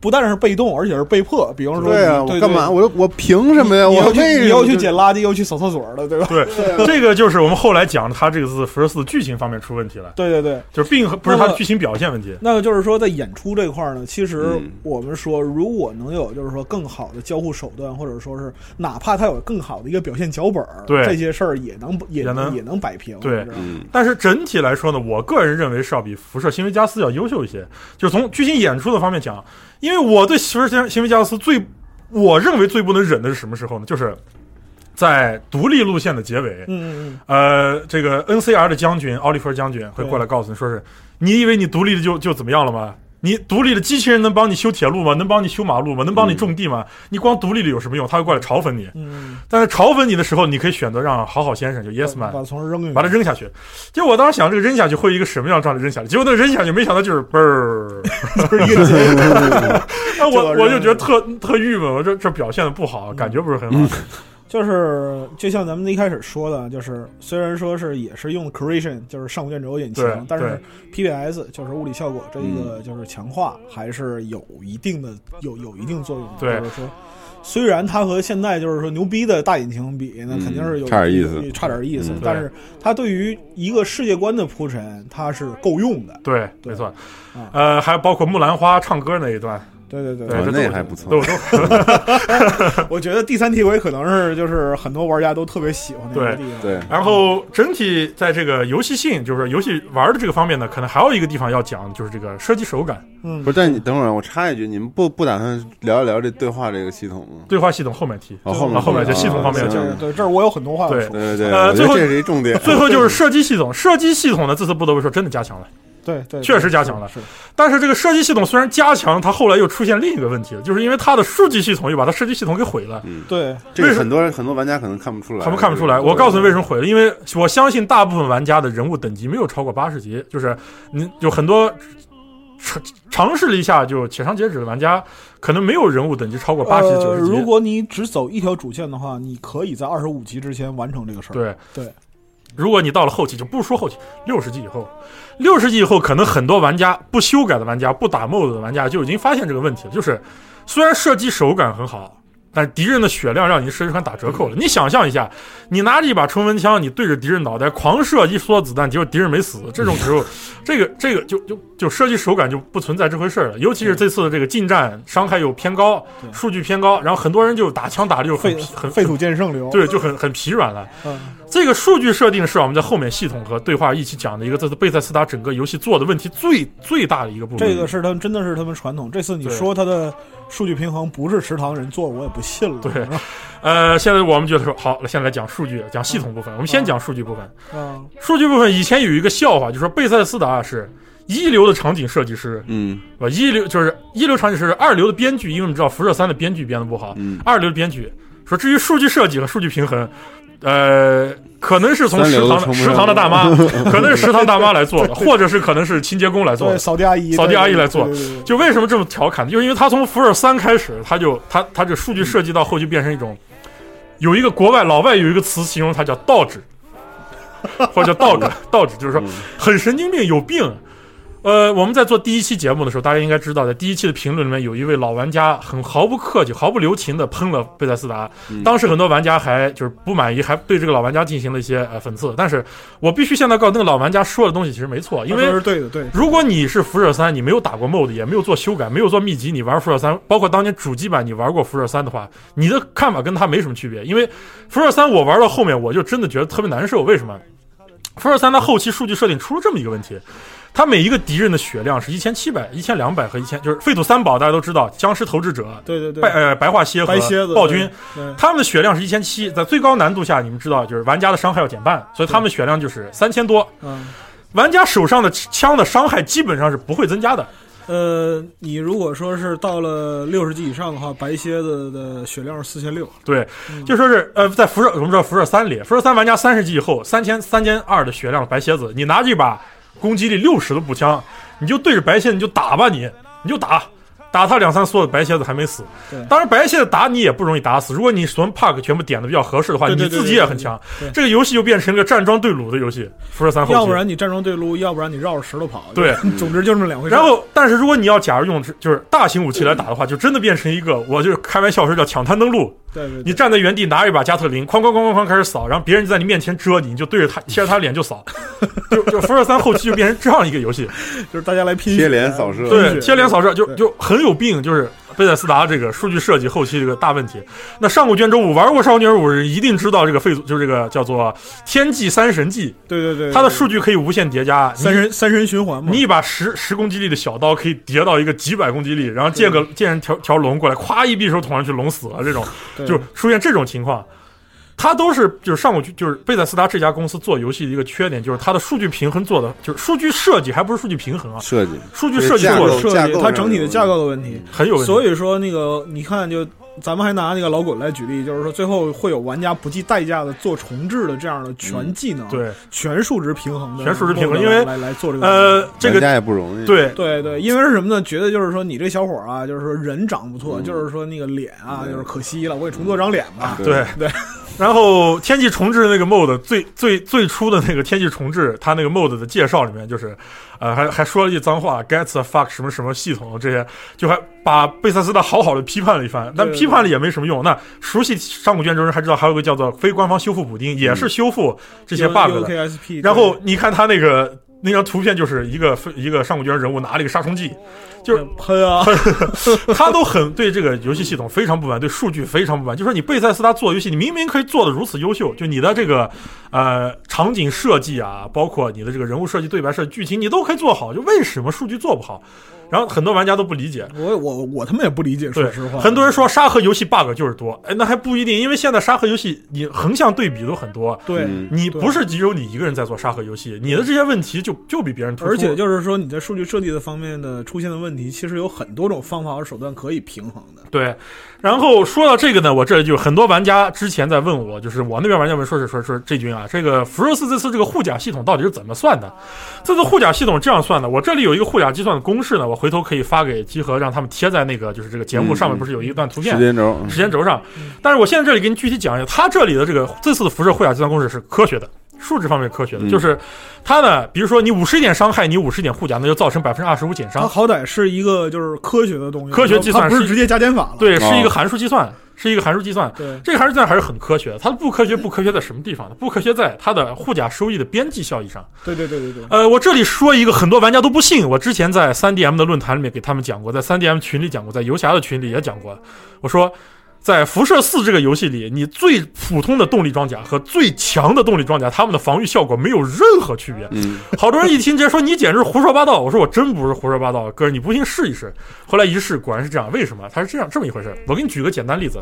J: 不但是被动，而且是被迫。比方说你，
I: 对啊，
J: 对
I: 我干嘛？
J: 对
I: 我又我凭什么呀？
J: 你
I: 我
J: 要去
I: 为什
J: 你要
I: 么
J: 去
I: 就
J: 捡垃圾，又去扫厕所的，对啊吧？
D: 对，这个就是我们后来讲的，他这个次辐射四剧情方面出问题了，
J: 对对对。
D: 就是并不
J: 那
D: 是他
J: 么
D: 剧情表现问题。
J: 那么就是说，在演出这块儿呢，其实
I: 嗯
J: 我们说，如果能有就是说更好的交互手段，或者说是哪怕他有更好的一个表现脚本儿，
D: 对
J: 这些事儿也能也
D: 也能
J: 也能摆平，
D: 对
J: 你知道吗
I: 嗯，
D: 但是整体来说呢，我个人认为是要比《辐射新维加斯》要优秀一些。就是从剧情演出的方面讲，因为我对《辐射新新维加斯》最，我认为最不能忍的是什么时候呢？就是在独立路线的结尾，
J: 嗯嗯
D: 呃，这个 NCR 的将军奥利弗将军会过来告诉你说是，你以为你独立的就就怎么样了吗？你独立的机器人能帮你修铁路吗？能帮你修马路吗？能帮你种地吗？你光独立的有什么用？他会过来嘲讽你。
J: 嗯
D: 但是嘲讽你的时候，你可以选择让好好先生就
J: 嗯
D: Yes
J: 把
D: Man
J: 把从这扔进去，
D: 把它扔下去。结果我当时想，这个扔下去会有一个什么样的状态扔下去？结果那个扔下去，没想到就是嘣
I: [laughs]
D: 儿，
J: 扔进去，
D: 啊我
J: 就是
D: 我就觉得特特郁闷，我这这表现的不
I: 嗯
D: 好，感觉不是很好。
J: 就是就像咱们一开始说的，就是虽然说是也是用 Creation 就是上古卷轴引
D: 对嗯
J: 擎，但是 PBS 就是物理效果这一个就是强化，还是有一定的有有一定作用的。
D: 对
J: 就是说，虽然它和现在就是说牛逼的大引擎比，那
I: 嗯
J: 肯定是有
I: 差点意思
J: 差点意思
I: 嗯。
J: 但是它对于一个世界观的铺陈，它是够用的。
D: 对，
J: 对
D: 没错
I: 嗯
J: 啊。
D: 呃，还有包括木兰花唱歌那一段，
J: 对对对，
D: 对，
I: 哦
D: 这
I: 那
D: 都
I: 还不错
D: 都都
I: [laughs]
J: 我觉得第三体位可能是就是很多玩家都特别喜欢的一个地方。
I: 对，
D: 然后整体在这个游戏性，就是游戏玩的这个方面呢，可能还有一个地方要讲，就是这个射击手感。
J: 嗯
I: 不，是。但你等会儿，我插一句，你们不不打算聊一聊这对话这个系统吗？
D: 对话系统后面提，
I: 哦，后面
D: 啊后面就系统方面要
I: 行
D: 讲
J: 对对，这儿我有很多话要
D: 对
J: 说。
I: 对对对，
D: 呃
I: 我觉
D: 最
I: 得
D: 后
I: 这是一重点。
D: 最后就是射击系统，射击系统呢，这次不得不说真的加强了。
J: 对对，
D: 确实加强了
J: 是是
D: 但是这个射击系统虽然加强，它后来又出现另一个问题了，就是因为它的数据系统又把它射击系统给毁了。
J: 对，
I: 这
D: 为
I: 个
D: 什
I: 很多人很多玩家可能看不出来，
D: 他们看不出来，
I: 对
D: 我告诉你为什么毁了，因为我相信大部分玩家的人物等级没有超过八十级，就是你有很多尝尝试了一下就且上截止的玩家，可能没有人物等级超过八十
J: 呃
D: 九十级。
J: 如果你只走一条主线的话，你可以在二十五级之前完成这个事儿。
D: 对
J: 对，
D: 如果你到了后期，就不说后期，六十级以后，六十级以后，可能很多玩家不修改的玩家、不打 mod 的玩家就已经发现这个问题了。就是虽然射击手感很好，但敌人的血量让你射击感打折扣了。你想象一下，你拿着一把冲锋枪，你对着敌人脑袋狂射一梭子弹，结果敌人没死，这种时
J: [laughs]
D: 候，这个这个就就就射击手感就不存在这回事儿了。尤其是这次的这个近战伤害又偏高，
J: 对
D: 数据偏高，然后很多人就打枪打的就很
J: 废
D: 很
J: 废土见圣流。，
D: 对，就很很疲软了。
J: 嗯，
D: 这个数据设定是我们在后面系统和对话一起讲的一个，这是贝塞斯达整个游戏做的问题最最大的一个部分。
J: 这个是他们真的是他们传统。这次你
D: 对
J: 说他的数据平衡不是食堂人做，我也不信了。
D: 对呃，现在我们觉得说好，现在来讲数据，讲系统部分。我
J: 嗯
D: 们先讲数据部分。
J: 啊，
D: 数据部分以前有一个笑话，就说贝塞斯达是一流的场景设计师，
I: 嗯
D: 是吧？一流就是一流场景设计师，二流的编剧，因为我们知道辐射三的编剧编的不好，
I: 嗯
D: 二流的编剧。说至于数据设计和数据平衡，呃，可能是从
I: 三
D: 食
I: 流都
D: 堂
I: 称不
D: 食
I: 上，
D: 堂的大妈
I: [laughs]
D: 可能是食堂大妈来做的，
J: 对对
D: 或者是可能是清洁工来
J: [laughs]
D: 做
J: 对，
D: 的。
J: 扫地阿姨，
D: 扫地
J: 对
D: 阿姨
J: 对
D: 来
J: 对
D: 做
J: 对对对
D: 就为什么这么调侃呢？就是因为他从福尔三开始，他就他他这数据设计到后期变成一种，有一个国外老外有一个词形容它叫倒置，或者叫倒置倒置，
J: 嗯
D: 就是说很神经病有病。呃，我们在做第一期节目的时候，大家应该知道，在第一期的评论里面，有一位老玩家很毫不客气、毫不留情的喷了贝塞斯达。
J: 嗯
D: 当时很多玩家还就是不满意，还对这个老玩家进行了一些呃讽刺。但是我必须现在告诉那个老玩家说的东西其实没错，因为
J: 那都是对的，对的。
D: 如果你是辐射三，你没有打过 MOD，也没有做修改，没有做秘籍，你玩辐射三，包括当年主机版你玩过辐射三的话，你的看法跟他没什么区别。因为辐射三我玩到后面，我就真的觉得特别难受。为什么？辐射三它后期数据设定出了这么一个问题，它每一个敌人的血量是一千七百、一千两百和一千，就是废土三宝大家都知道，僵尸投掷者、
J: 对对对，
D: 白呃白化蝎和
J: 白蝎子
D: 暴君，
J: 对对
D: 他们的血量是一千七，在最高难度下，你们知道就是玩家的伤害要减半，所以他们血量就是三千多。
J: 嗯。
D: 玩家手上的枪的伤害基本上是不会增加的，
J: 呃，你如果说是到了六十级以上的话，白蝎子的血量是四千六，
D: 对，
J: 嗯
D: 就说是呃，在辐射，我们知道辐射三里，辐射三玩家三十级以后，三千三千二的血量的白蝎子，你拿着一把攻击力六十的步枪，你就对着白蝎子你就打吧你，你就打，打他两三梭子，白蝎子还没死
J: 对。
D: 当然，白蝎子打你也不容易打死，如果你什么 park 全部点的比较合适的话，
J: 对对
D: 你
J: 对
D: 自己
J: 对
D: 也
J: 对
D: 很强
J: 对。
D: 这个游戏就变成一个站桩对弩的游戏，辐射三后期。
J: 要不然你站桩对撸，要不然你绕着石头跑。
D: 对
J: [laughs] 总之就这么两回事。
D: 然后，但是如果你要假如用就是大型武器来打的话，就真的变成一个，我就是开玩笑说叫抢滩登陆，
J: 对对
D: 你
J: 对，
D: 站在原地拿一把加特林，哐哐哐哐哐开始扫，然后别人就在你面前遮你，你就对着他贴着他脸
J: [laughs]
D: 就扫，就就辐射三后期就变成这样一个游戏，
J: 就是大家来拼血啊
I: 贴脸扫射
D: 对，贴脸扫射就
J: 对
D: 就很有病，就是贝塞斯达这个数据设计后期这个大问题。那上古卷轴五玩过上古卷轴五人一定知道这个废族，就是这个叫做天际三神技，
J: 对对对，
D: 它的数据可以无限叠加，
J: 三神三神循环嘛。
D: 你一把十十攻击力的小刀可以叠到一个几百攻击力，然后见个见人条条龙过来，咵一匕首捅上去，龙死了，这种
J: 对
D: 就出现这种情况。它都是就是上古就是贝塞斯达这家公司做游戏的一个缺点，就是它的数据平衡做的就是数据设计还不是数据平衡啊，
I: 设计
D: 数据设计做的
I: 这个
J: 设
I: 哦架
J: 计
I: 构
J: 它
I: 上
J: 整体的
I: 有
J: 架构的问题。
D: 嗯很有问题。
J: 所以说那个你看就。咱们还拿那个老滚来举例，就是说最后会有玩家不计代价的做重置的这样的全技能，
D: 嗯对，
J: 全数值平衡的，
D: 全数值平衡因为
J: 来来做这个
D: 呃，这
I: 玩
D: 个
I: 家也不容易，，
D: 对
J: 对对，因为是什么呢？觉得就是说你这小伙儿啊，就是说人长不错，就是说那个脸啊，就是可惜了，我给重做张脸吧。
D: 对 [laughs]
J: 对。
D: 然后天际重置那个 mod 最最最初的那个天际重置，它那个 mod 的介绍里面就是，呃，还还说了一句脏话，gets a fuck 什么什么系统这些，就还把贝塞斯达好好的批判了一番，但
J: 对对
D: 批判了也没什么用。那熟悉上古卷轴人还知道，还有个叫做非官方修复补丁，也是修复这
J: 这
D: 些 bug 的。
J: KSP，
D: 然后你看他那个那张图片，就是一个一个上古卷轴人物拿了一个杀虫剂， [laughs] 就是
J: 喷啊，
D: [laughs] 他都很对这个游戏系统非常不满，对数据非常不满。就说你贝塞斯他做游戏，你明明可以做的如此优秀，就你的这个呃场景设计啊，包括你的这个人物设计、对白设计、剧情，你都可以做好，就为什么数据做不好？然后很多玩家都不理解。
J: 我我我他妈也不理解，
D: 对
J: 说实，话，
D: 很多人说沙盒游戏 bug 就是多，哎，那还不一定，因为现在沙盒游戏你横向对比都很多，
J: 对，
D: 你不是只有你一个人在做沙盒游戏，你的这些问题就就比别人突出。
J: 而且就是说你在数据设计的方面的出现的问题，其实有很多种方法和手段可以平衡的。
D: 对，然后说到这个呢，我这就很多玩家之前在问我，就是我那边玩家们说是说说这军啊，这个福寿斯这次这个护甲系统到底是怎么算的？这次护甲系统这样算的，我这里有一个护甲计算的公式呢，我回头可以发给集合，让他们贴在那个就是这个节目上面，不是有一段图片
I: 嗯时间轴，
D: 时间轴上。但是我现在这里给你具体讲一下，它这里的这个这次的辐射护甲计算公式是科学的。数值方面是科学
I: 嗯
D: 的，就是它呢，比如说你五十点伤害，你五十点护甲，那就造成百分之二十五减伤
J: 它。好歹是一个就是科学的东西，
D: 科学计算
J: 它不
D: 是
J: 是直接加减法了。
D: 对，
I: 哦
D: 是一个函数计算，是一个函数计算。
J: 对
D: 这个函数计算还是很科学的。它的不科学不科学在什么地方呢？不科学在它的护甲收益的边际效益上。
J: 对对对嗯对对，
D: 呃，我这里说一个很多玩家都不信，我之前在 3DM 的论坛里面给他们讲过，在 3DM 群里讲过，在游侠的群里也讲过。我说，在辐射四这个游戏里，你最普通的动力装甲和最强的动力装甲，他们的防御效果没有任何区别。
I: 嗯，
D: [laughs] 好多人一听直接说你简直是胡说八道。我 [laughs] 说我真不是胡说八道，哥，你不信试一试。后来一试，果然是这样。为什么？它是这样这么一回事儿。我给你举个简单例子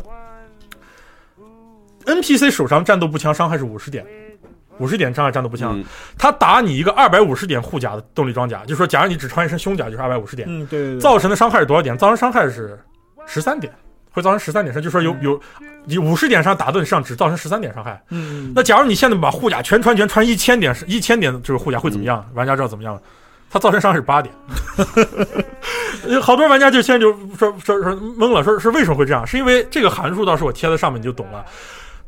D: ，NPC 手上战斗步枪伤害是五十点，五十点伤害战斗步枪，
I: 嗯
D: 他打你一个二百五十点护甲的动力装甲，就说
J: 嗯
D: 假如你只穿一身胸甲就是二百五十点，
J: 嗯对对对，
D: 造成的伤害是多少点？造成伤害是十三点。会造成十三点伤，就说有有有五十点伤打盾上只造成十三点伤害。
J: 嗯，
D: 那假如你现在把护甲全穿全穿一千点是一千点这个护甲会怎么
J: 嗯
D: 样？玩家知道怎么样了？他造成伤害是八点， [laughs] 好多玩家就现在就说说说懵了，说是为什么会这样？是因为这个函数到时候我贴在上面你就懂了。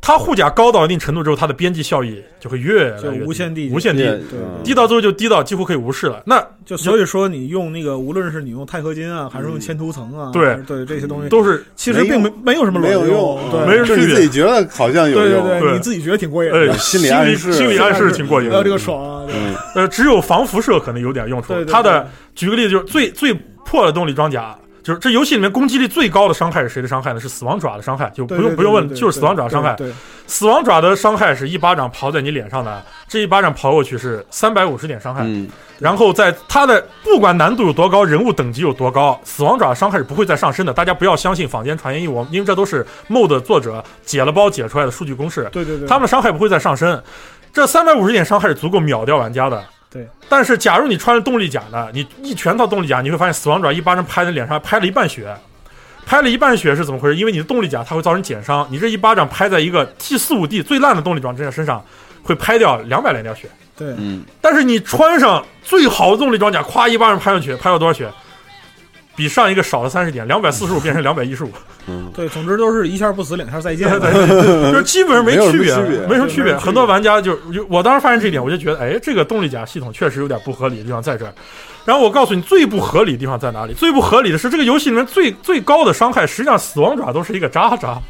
D: 它护甲高到一定程度之后，它的边际效益就会越来
J: 就
D: 越低
J: 无限递减
D: 无
I: 嗯
D: 限低，
J: 对
D: 低到最后就低到几乎可以无视了。那
J: 就所以说，你用那个，无论是你用钛合金啊，还是用千涂层啊，
D: 对
J: 还是对这些东西，
D: 都是
J: 其实并没
D: 没
J: 没有什么卵
D: 没有
J: 用，
D: 用
J: 对，
D: 没人
I: 是自己觉得好像有
J: 对
I: 用，
J: 对对，你自己觉得挺
D: [laughs]
J: 过瘾
D: 哎
J: 的，
D: 心理暗示心理暗示挺过瘾的
J: 要这个爽啊，对
I: 嗯，
D: 呃，只有防辐射可能有点用处
J: 对。对
D: 它的举个例子，就是最最破的动力装甲，就是这游戏里面攻击力最高的伤害是谁的伤害呢？是死亡爪的伤害，就不
J: 对
D: 用
J: 对
D: 不用问
J: 对，对
D: 就是死亡爪的伤害。
J: 对，对
D: 死亡爪的伤害是一巴掌刨在你脸上的，这一巴掌刨过去是三百五十点伤害。
I: 嗯，
D: 然后在它的不管难度有多高，人物等级有多高，死亡爪的伤害是不会再上升的。大家不要相信坊间传言一窝，因为这都是 MOD 作者解了包解出来的数据公式。
J: 对对对，
D: 他们的伤害不会再上升。这三百五十点伤害是足够秒掉玩家的。
J: 对，
D: 但是假如你穿着动力甲呢，你一拳套动力甲，你会发现死亡爪一巴掌拍在脸上，拍了一半血，拍了一半血是怎么回事？因为你的动力甲它会造成减伤，你这一巴掌拍在一个 T 四五 D 最烂的动力装甲身上，会拍掉两百来点血。
J: 对
I: 嗯，
D: 但是你穿上最好的动力装甲，咵一巴掌拍上去，拍到多少血？比上一个少了三十点，两百四十五变成两百一十五，
J: 对，总之都是一下不死，两下 [laughs] 再见，
D: 对 [laughs] 对对，就是基本上
I: 没有
D: 区别
I: 什么区别，
D: 没什么区
J: 对没有区
D: 别。
J: 别
D: 很多玩家就有我当时发现这一点，我就觉得，哎，这个动力甲系统确实有点不合理的地方在这儿。然后我告诉你，最不合理的地方在哪里？最不合理的是，这个游戏里面最最高的伤害，实际上死亡爪都是一个渣渣，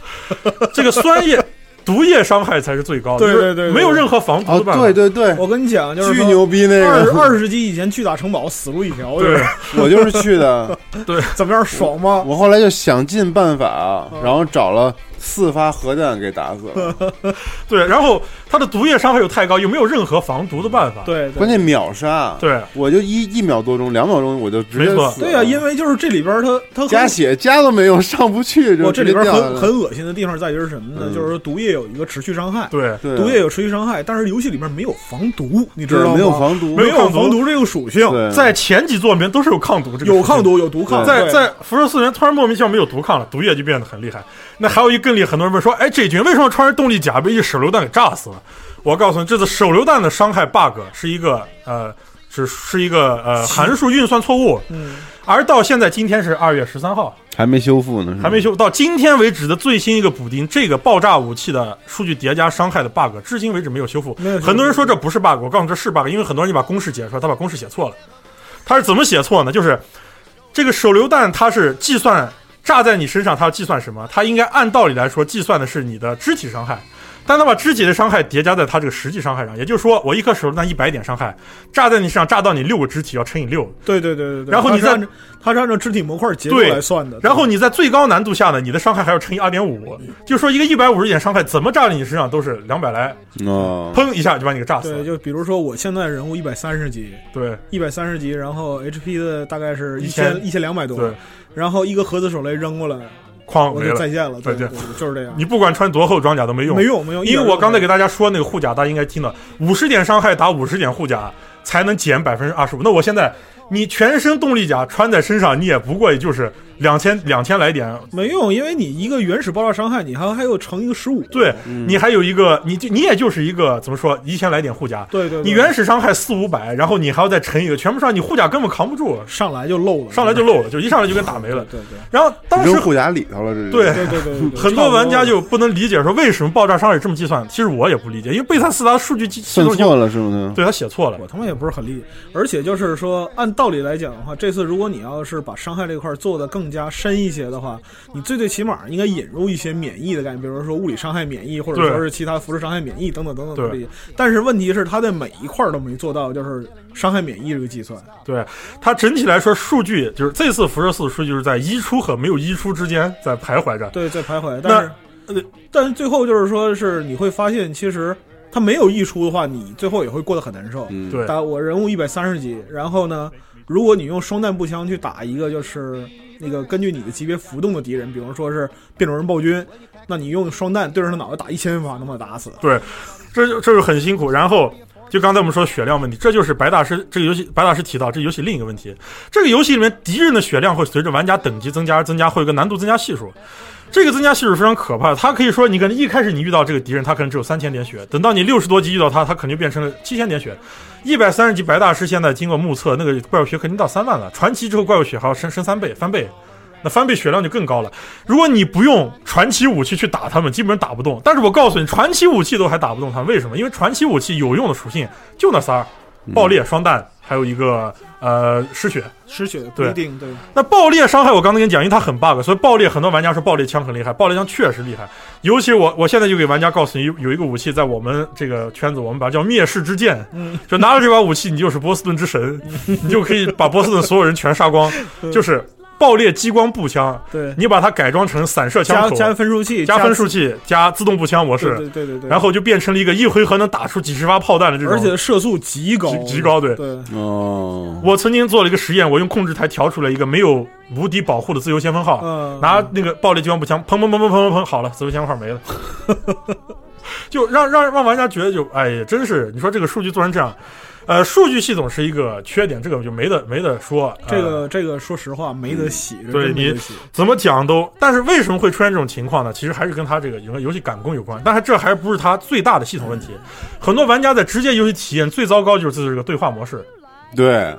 D: 这个酸液、毒液伤害才是最高的，
J: 对
D: 就
J: 对
D: 是
J: 对对
D: 没有任何防毒
I: 哦
D: 的，办法。
I: 对对对，
J: 我跟你讲，就是
I: 巨
J: 说
I: 牛逼那
J: 二
I: 个，
J: 二十世纪以前巨大城堡死路一条，
D: 对
J: 就是
I: [laughs] 我就是去的，
J: 怎么样爽吗？
I: 我后来就想尽办法，然后找了四发核弹给打死了，
J: [laughs]
D: 对然后它的毒液伤害又太高，又没有任何防毒的办法。
J: 对，对
I: 关键秒杀，
D: 对
I: 我就一一秒多钟、两秒钟我就直接
D: 没错
I: 死了
J: 对啊，因为就是这里边它它
I: 加
J: 很
I: 血加都没有，上不去，就
J: 我这里边
I: 直接掉
J: 很
I: 下来
J: 很恶心的地方在于是什么呢？
I: 嗯
J: 就是毒液有一个持续伤害，
D: 对
I: 对啊
J: 毒液有持续伤害，但是游戏里面没有防毒，你知
I: 对
J: 道吗？
I: 没有防毒，
J: 没有
D: 抗毒
J: 防毒这个属性，
I: 对
D: 在前几座里面都是有抗毒这个
J: 有
D: 属性
J: 抗毒有毒抗，
D: 在
J: 对
D: 在辐射四人突然莫名其妙没有毒抗了，毒液就变得很厉害。那还有一更厉害，很多人问说，哎，这局为什么穿着动力甲被一手榴弹给炸死了？我告诉你，这次手榴弹的伤害 bug 是一个呃，是是一个呃函数运算错误。
J: 嗯，
D: 而到现在今天是二月十三号，
I: 还没修复
J: 嗯
I: 呢，
D: 还没修。到今天为止的最新一个补丁，这个爆炸武器的数据叠加伤害的 bug，至今为止没有修复
J: 没有修。复
D: 很多人说这不是 bug，我告诉你这是 bug，因为很多人你把公式解出来，他把公式写错了。他是怎么写错呢？就是这个手榴弹，它是计算炸在你身上，它要计算什么？它应该按道理来说计算的是你的肢体伤害。但他把肢体的伤害叠加在他这个实际伤害上，也就是说，我一颗手榴弹一百点伤害，炸在你身上，炸到你六个肢体要乘以六，
J: 对对对对对，
D: 然后你
J: 它是
D: 再
J: 按照它是按照肢体模块结构
D: 对
J: 来算的，
D: 然后你在最高难度下呢，你的伤害还要乘以二点五，就是说一个一百五十点伤害怎么炸在你身上都是两百来，
I: 哦，
D: 砰一下就把你给炸死
J: 对，
D: 了。
J: 就比如说我现在人物一百三十级，
D: 对
J: 一百三十级，然后 HP 的大概是一
D: 1000
J: 千一千两百多
D: 对，，
J: 然后一个核子手雷扔过来，
D: 哐
J: 我
D: 哦没
J: 就
D: 了
J: 再。见了，对
D: 再
J: 对，
D: 见
J: 对对就是这样，
D: 你不管穿多厚装甲都没用，
J: 没用没用，
D: 因为我刚才给
J: 大
D: 大家说那个护甲，大家应该听了，五十点伤害打五十点护甲才能减百分之二十五。那我现在你全身动力甲穿在身上，你也不过也就是两千两千来点。
J: 没用，因为你一个原始爆炸伤害，你还还有乘一个十五，
D: 对、
J: 嗯
D: 你还有一个，你就你也就是一个怎么说一千来点护甲，
J: 对对对
D: 你原始伤害四五百，然后你还要再乘一个，全部上你护甲根本扛不住，
J: 上来就漏了，
D: 上来就漏了，就一上来就跟打没了。
J: 对对
D: 然后当时
I: 扔护甲里头了，这是
D: 对
J: 对对对对对，
D: [laughs] 很多玩家
J: 差不了
D: 就不能理解说为什么爆炸伤害这么计算，其实我也不理解，因为贝塞斯达的数据系系
I: 算
D: 统已经
I: 错了是不是？
D: 对他写错了
J: 我，他妈也不是很理解，而且就是说，按道理来讲的话，这次如果你要是把伤害这块儿做得更加深一些的话，你最最起码应该引入一些免疫的概念，比如说物理伤害免疫，或者
D: 对
J: 说是其他辐射伤害免疫等等等等
D: 对
J: 这些。但是问题是，它在每一块儿都没做到，就是伤害免疫这个计算。
D: 对它整体来说，数据就是这次辐射四数据就是在一出和没有一出之间在徘徊着。
J: 对，在徘徊。但是，呃，但是最后就是说是你会发现，其实它没有溢出的话，你最后也会过得很难受。
I: 嗯
D: 对
J: 打我人物一百三十级，然后呢，如果你用双弹步枪去打一个就是那个根据你的级别浮动的敌人，比方说是变种人暴君，那你用双弹对着他脑袋打一千发，能把他打死。
D: 对，这就这就很辛苦。然后就刚才我们说血量问题，这就是白大师这个游戏白大师提到这个游戏另一个问题，这个游戏里面敌人的血量会随着玩家等级增加而增加，会有个难度增加系数。这个增加系数非常可怕，它可以说你可能一开始你遇到这个敌人，他可能只有三千点血，等到你六十多级遇到他，他可能就变成了七千点血。一百三十级白大师现在经过目测，那个怪物血肯定到三万了，传奇之后怪物血还要升升三倍翻倍。那翻倍血量就更高了。如果你不用传奇武器去打他们，基本上打不动。但是我告诉你，传奇武器都还打不动他们，为什么？因为传奇武器有用的属性就那仨儿：爆裂、双弹，还有一个呃失血。
J: 失血不
D: 对
J: 一定对，
D: 那爆裂伤害我刚才跟你讲，因为它很 bug，所以爆裂很多玩家说爆裂枪很厉害，爆裂枪确实厉害。尤其我我现在就给玩家告诉你，有有一个武器在我们这个圈子，我们把它叫灭世之剑，
J: 嗯，
D: 就拿着这把武器，你就是波士顿之
J: [laughs]
D: 神，你就可以把波士顿所有人全杀光，就是爆裂激光步枪。
J: 对，
D: 你把它改装成散射枪
J: 加
D: 口，
J: 加分数器，
D: 加分数器，加自动步枪模
J: 对
D: 式，
J: 对对对对，
D: 然后就变成了一个一回合能打出几十发炮弹的这种，
J: 而且射速极高，
D: 极极高对
J: 对，
I: 哦，
D: 我曾经做了一个实验，我用控制台调出来一个没有无敌保护的自由先锋号，
J: 嗯，
D: 拿那个暴力激光步枪，砰砰砰砰砰砰砰，好了，自由先锋号没了， [laughs] 就让让让玩家觉得就哎呀，真是你说这个数据做成这样，呃，数据系统是一个缺点，这个就没得没得说，呃
J: 这个这个说实话没得洗，这
D: 对
J: 真没得
D: 你
J: 洗
D: 怎么讲都，但是为什么会出现这种情况呢？其实还是跟他这个整个游戏赶工有关，但是这还不是他最大的系统问题。很多玩家在直接游戏体验最糟糕就是这个对话模式，
I: 对，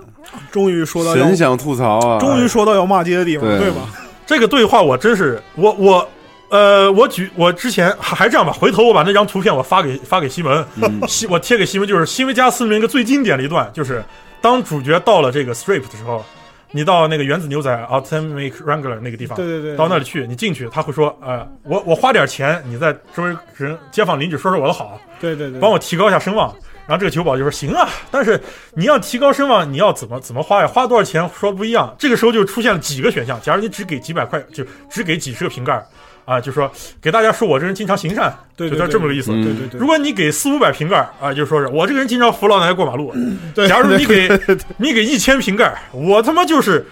J: 终于说到要
I: 神想吐槽啊，
J: 终于说到要骂街的地方，
I: 对
J: 对吧？
D: 这个对话我真是我我。呃，我举我之前还还这样吧，回头我把那张图片我发给发给西门，西我贴给西门，就是新维加斯里面一个最经典的一段，就是当主角到了这个 strip 的时候，你到那个原子牛仔 Atomic Wrangler 那个地方，
J: 对对对，
D: 到那里去，你进去，他会说，呃，我我花点钱，你在周围人街坊邻居说说我的好，
J: 对对对，
D: 帮我提高一下声望。然后这个酒保就说行啊，但是你要提高声望，你要怎么怎么花呀？花多少钱说不一样。这个时候就出现了几个选项，假如你只给几百块，就只给几十个瓶盖儿，啊，就说给大家说我这人经常行善，
J: 对
D: 就
J: 对
D: 这
J: 对嗯
D: 这么个意思。
J: 对对对，
D: 如果你给四五百瓶盖儿啊，就说是我这个人经常扶老奶奶过马路。
J: 嗯
D: 假如你给你给一千瓶盖儿，我他妈就是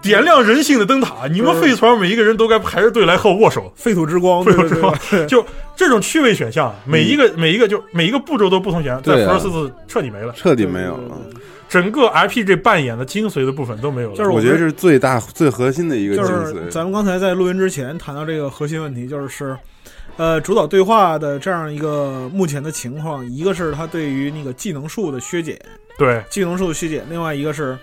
D: 点亮人性的灯塔。你们废团每一个人都该排着队来和我握手。
J: 废土之光，对对对对对嗯
D: 就这种趣味选项，每一个每一个就每一个步骤都不同选项，在
I: 对
D: 福
I: 啊
D: 尔斯特彻底没了，
I: 彻底没有了。
D: 整个 RPG 扮演的精髓的部分都没有了。
J: 就是
I: 我觉得这是最大最核心的一个
J: [laughs]
I: 精
J: 就是
I: 髓。
J: 咱们刚才在录音之前谈到这个核心问题，就是是，呃，主导对话的这样一个目前的情况，一个是他对于那个技能树的削减，
D: 对
J: 技能树的削减，另外一个是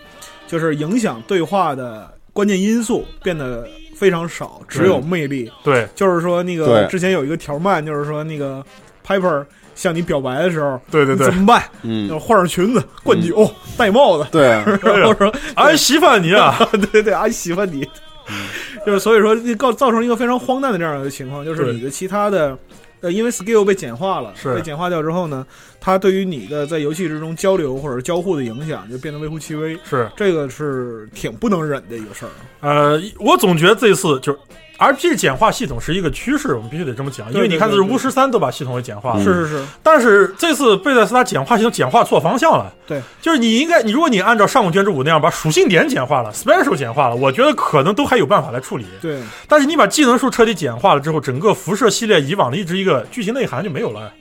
J: 就是影响对话的关键因素变得非常少，只有魅力。 [laughs]
D: 对
J: 就是说那个
I: 对
J: 之前有一个条漫，就是说那个 Piper 向你表白的时候，
D: 对对
J: 你
D: 对
J: 怎，么办？
I: 嗯，
J: 要呃换上裙子、灌酒、戴帽子，
I: [laughs]
J: [laughs]
I: 对啊，
J: 然后说
D: [laughs] 哎，媳妇你啊，
J: [laughs] 对对，阿喜欢你，
D: 嗯
J: 就是所以说这造造成一个非常荒诞的这样的情况，就是
D: 对
J: 你的其他的，呃，因为 skill 被简化了，
D: 是
J: 被简化掉之后呢，它对于你的在游戏之中交流或者交互的影响就变得微乎其微，
D: 是
J: 这个是挺不能忍的一个事儿。啊
D: 呃，我总觉得这次就是 RPG 简化系统是一个趋势，我们必须得这么讲，因
J: 对
D: 为
J: 对
D: 你看，
J: 对
D: 就是
J: 对
D: 巫师三都把系统给简化了，
I: 嗯
J: 是是是，
D: 但是这次贝塞斯他简化系统简化错方向了。
J: 对，
D: 就是你应该，你如果你按照上古卷轴五那样把属性点简化了，special 简化了，我觉得可能都还有办法来处理。
J: 对
D: 但是你把技能树彻底简化了之后，整个辐射系列以往的一直一个剧情内涵就没有了，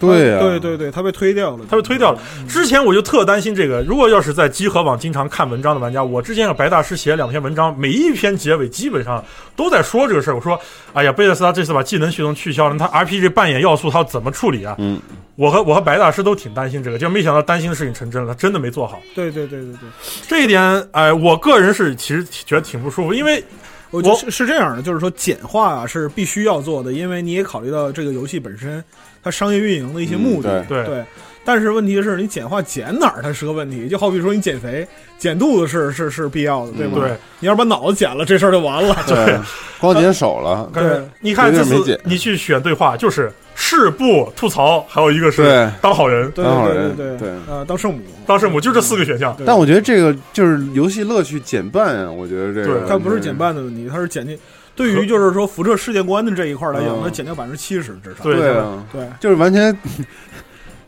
I: 对
J: 它
I: 啊，
J: 对对对，它被推掉了，
D: 它被推掉了。之前我就特担心这个，如果要是在集合网经常看文章的玩家，我之前有白大师写两篇文章，每一篇结尾基本上都在说这个事儿。我说，哎呀，贝塞斯他这次把技能系统取消了，那他 RPG 扮演要素他要怎么处理啊？
I: 嗯，
D: 我和我和白大师都挺担心这个，就没想到担心的事情成真了，他真的没做好。
J: 对对对对对，
D: 这一点，哎、我个人是其实觉得挺不舒服，因为
J: 我觉得
D: 我
J: 是是这样的，就是说简化啊是必须要做的，因为你也考虑到这个游戏本身它商业运营的一些目的，
I: 嗯
D: 对对
J: 但是问题是你简化减哪儿它是个问题，就好比说你减肥减肚子是是是必要的，对吗？
D: 嗯对，
J: 你要是把脑子减了，这事儿就
D: [laughs]
J: 完了。
I: [laughs] 对，光剪手了，
D: 刚才
J: 对
D: 你看
I: 有
D: 这
I: 点没
D: 次
I: 解
D: 你去选对话，就是是不吐槽，还有一个是
I: 对
D: 当好人、
J: 对
I: 当好
J: 对
I: 人
J: 对对，
I: 对
J: 呃，当圣母，
D: 当圣母，就这四个选项。
J: 对
I: 但我觉得这个就是游戏乐趣减半啊，我觉得这个
D: 对
J: 它不是减，半的问题，它是减去对于就是说辐射世界观的这一块儿来讲，
I: 嗯
J: 它减掉百分之七十至少。
D: 对
I: 对啊，
J: 对，
I: 就是完全 [laughs]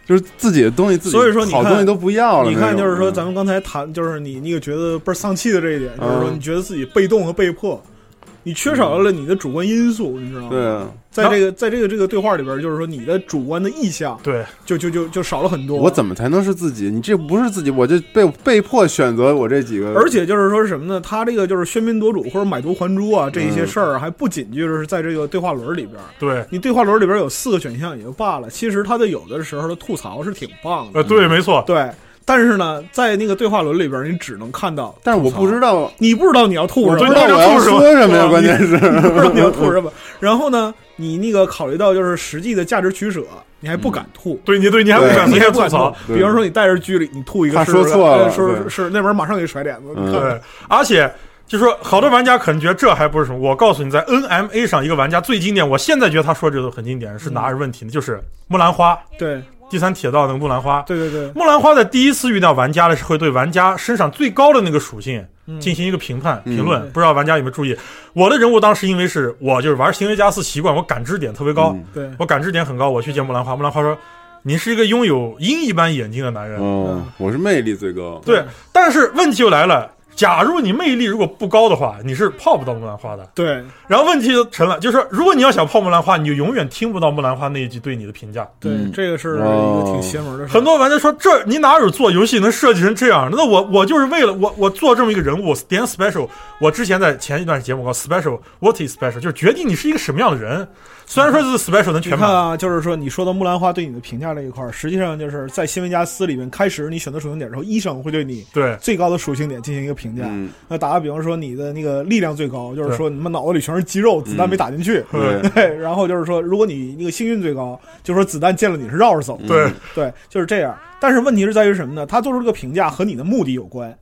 I: 就是自己的东西自己，
J: 所以说你看
I: 好东西都不要了。
J: 你看，
I: 哦那种嗯
J: 就是说，咱们刚才谈，就是你那个觉得倍儿丧气的这一点，就是说
I: 嗯
J: 你觉得自己被动和被迫，你缺少了你的主观因素，你知道吗？
I: 对啊
J: 在这个在这个这个对话里边，就是说你的主观的意向，
D: 对，
J: 就就就就少了很多。
I: 我怎么才能是自己？你这不是自己，我就被被迫选择我这几个，
J: 而且就是说是什么呢？他这个就是喧宾夺主或者买椟还珠啊，这一
I: 嗯
J: 些事儿还不仅就是在这个对话轮里边。
D: 对，
J: 你对话轮里边有四个选项也就罢了，其实他的有的时候的吐槽是挺棒的。
D: 呃，对，没错，
J: 对，但是呢，在那个对话轮里边，你只能看到吐槽，
I: 但是我不知道，
J: 你不知道你要吐什
I: 我
J: 么，
I: 不知道我要说什么呀，关键是
J: [laughs] 啊你不知道你要吐什么。然后呢，你那个考虑到就是实际的价值取舍，你还不敢吐。
D: 对你对你还不
I: 嗯对
D: 敢
J: 你
D: 随
J: 还
D: 便
J: 不
D: 吐
J: 敢
D: 槽
J: 吐，，
I: 对
J: 比方说你带着剧里，你吐一个
I: 怕
J: 试
I: 说
J: 试
I: 错了
J: 呃说是
I: 对
J: 是那边马上给甩脸子，你
I: 嗯
J: 看
D: 对，而且就说好多玩家可能觉得这还不是什么。我告诉你，在 NMA 上一个玩家最经典，我现在觉得他说这个很经典，
J: 嗯
D: 是哪儿有问题呢？就是木兰花
J: 对
D: 第三铁道那个木兰花。
J: 对对对，
D: 木兰花在第一次遇到玩家的时候，会对玩家身上最高的那个属性进行一个评判、评论。不知道玩家有没有注意？我的人物当时因为是我就是玩行为加四习惯，我感知点特别高，
I: 嗯
J: 对
D: 我感知点很高。我去见木兰花，木兰花说：“您是一个拥有鹰一般眼睛的男人。
I: 哦，我是魅力最高，
D: 对，但是问题就来了。假如你魅力如果不高的话，你是泡不到木兰花的。
J: 对
D: 然后问题就成了，就是说如果你要想泡木兰花，你就永远听不到木兰花那一句对你的评价。
J: 对，
I: 嗯
J: 这个是一个挺邪门的事儿。
D: 哦很多玩家说，这你哪有做游戏能设计成这样？那我我就是为了我我做这么一个人物点 special。我之前在前一段节目搞 special what is special，就是决定你是一个什么样的人。虽然说这次 special 能
J: 嗯你
D: 全
J: 看
D: 满，
J: 啊，就是说你说的木兰花对你的评价这一块儿，实际上就是在新闻加斯里面，开始你选择属性点之后，医生会对你
D: 对
J: 最高的属性点进行一个评价。
I: 嗯
J: 那打个比方说，你的那个力量最高，就是
D: 对嗯
J: 说你们脑子里全是肌肉，子弹没打进去。
I: 对，
J: [laughs] 对，然后就是说，如果你那个幸运最高，就说子弹见了你是绕着走。
D: 对
J: 对，就是这样。但是问题是在于什么呢？他做出这个评价和你的目的有关。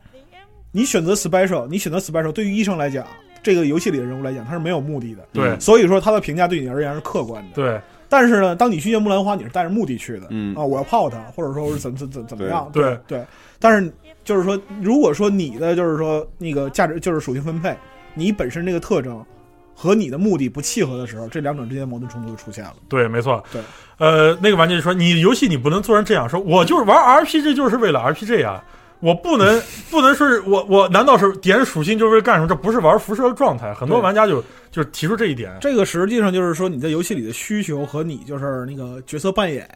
J: 你选择 special，你选择 special，对于医生来讲，这个游戏里的人物来讲，他是没有目的的。
D: 对
J: 所以说他的评价对你而言是客观的。
D: 对
J: 但是呢，当你去见木兰花，你是带着目的去的，
I: 嗯
J: 啊，我要泡她，或者说我是怎么怎怎怎么样，
D: 对
J: 对。但是就是说，如果说你的就是说那个价值就是属性分配，你本身这个特征和你的目的不契合的时候，这两者之间矛盾冲突就出现了。
D: 对，没错。
J: 对，
D: 呃，那个玩家就说，你游戏你不能做成这样，说我就是玩 RPG 就是为了 RPG 啊，我
J: [laughs]
D: 不能不能说是我我难道是点属性就是为了干什么？这不是玩辐射的状态。很多
J: 对
D: 玩家就就提出这一点，
J: 这个实际上就是说你在游戏里的需求和你就是那个角色扮演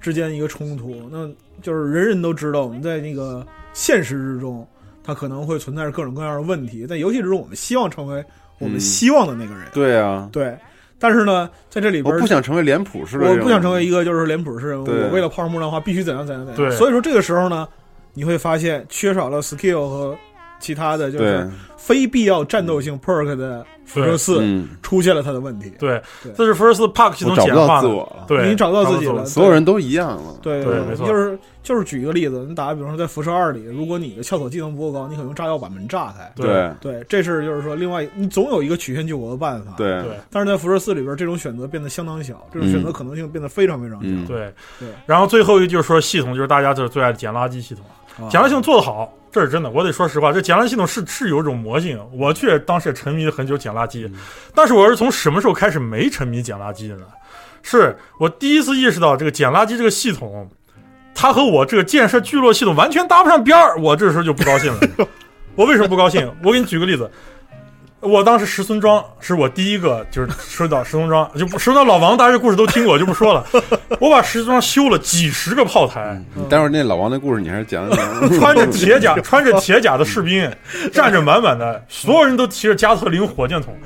J: 之间一个冲突。那就是人人都知道，我们在那个现实之中，它可能会存在着各种各样的问题。在游戏之中，我们希望成为我们
I: 嗯
J: 希望的那个人，
I: 对啊，
J: 对。但是呢，在这里
I: 我
J: 边，
I: 不想成为脸谱式的，
J: 我不想成为一
I: 一，
J: 个就是脸谱式，我
I: 对
J: 为了泡上木兰花必须怎样怎样怎样。
D: 对
J: 所以说这个时候呢，你会发现缺少了 skill 和其他的就
I: 对
J: 是，非必要战斗性 perk 的辐射四
I: 嗯，
J: 出现了它的问题。
D: 对
J: 对，
D: 这是 First Park 系
I: 我
D: 统
I: 找不
D: 简
I: 到
D: 化
I: 自
D: 的，
I: 我了，
D: 对，
J: 你找到自己
D: 找不
J: 了
D: 到自
I: 所有人都一样了，
J: 对
D: 对没错
J: 就是就是举一个例子，你打个比方说，在辐射二里，如果你的撬锁技能不够高，你可能用炸药把门炸开。
D: 对
I: 对
J: 对，这是就是说，另外你总有一个曲线救国的办法。，
I: 对
D: 我对，
J: 但是在辐射四里边，这种选择变得相当小，这种选择可能性变得非常非常小。
I: 嗯，
D: 对
J: 对
D: 然后最后一个就是说系统，就是大家就是最爱的捡垃圾系统，捡垃圾系统做得好，这是真的。我得说实话，这捡垃圾系统是是有一种魔性，我却当时也沉迷了很久捡垃圾，但是我是从什么时候开始没沉迷捡垃圾的呢？是我第一次意识到这个捡垃圾这个系统，它和我这个建设聚落系统完全搭不上边儿，我这时候就不高兴了。我为什么不高兴？我给你举个例子，我当时石村庄是我第一个，就是说到石村庄，就不说到老王，大家这故事都听过，就不说了。我把石村庄修了几十个炮台，
J: 嗯
I: 你待会儿那老王那故事你还是讲讲，
D: 嗯 [laughs] 穿着铁甲，穿着铁甲的士兵，
J: [laughs]
D: 站着满满的，所有人都提着加特林火箭筒。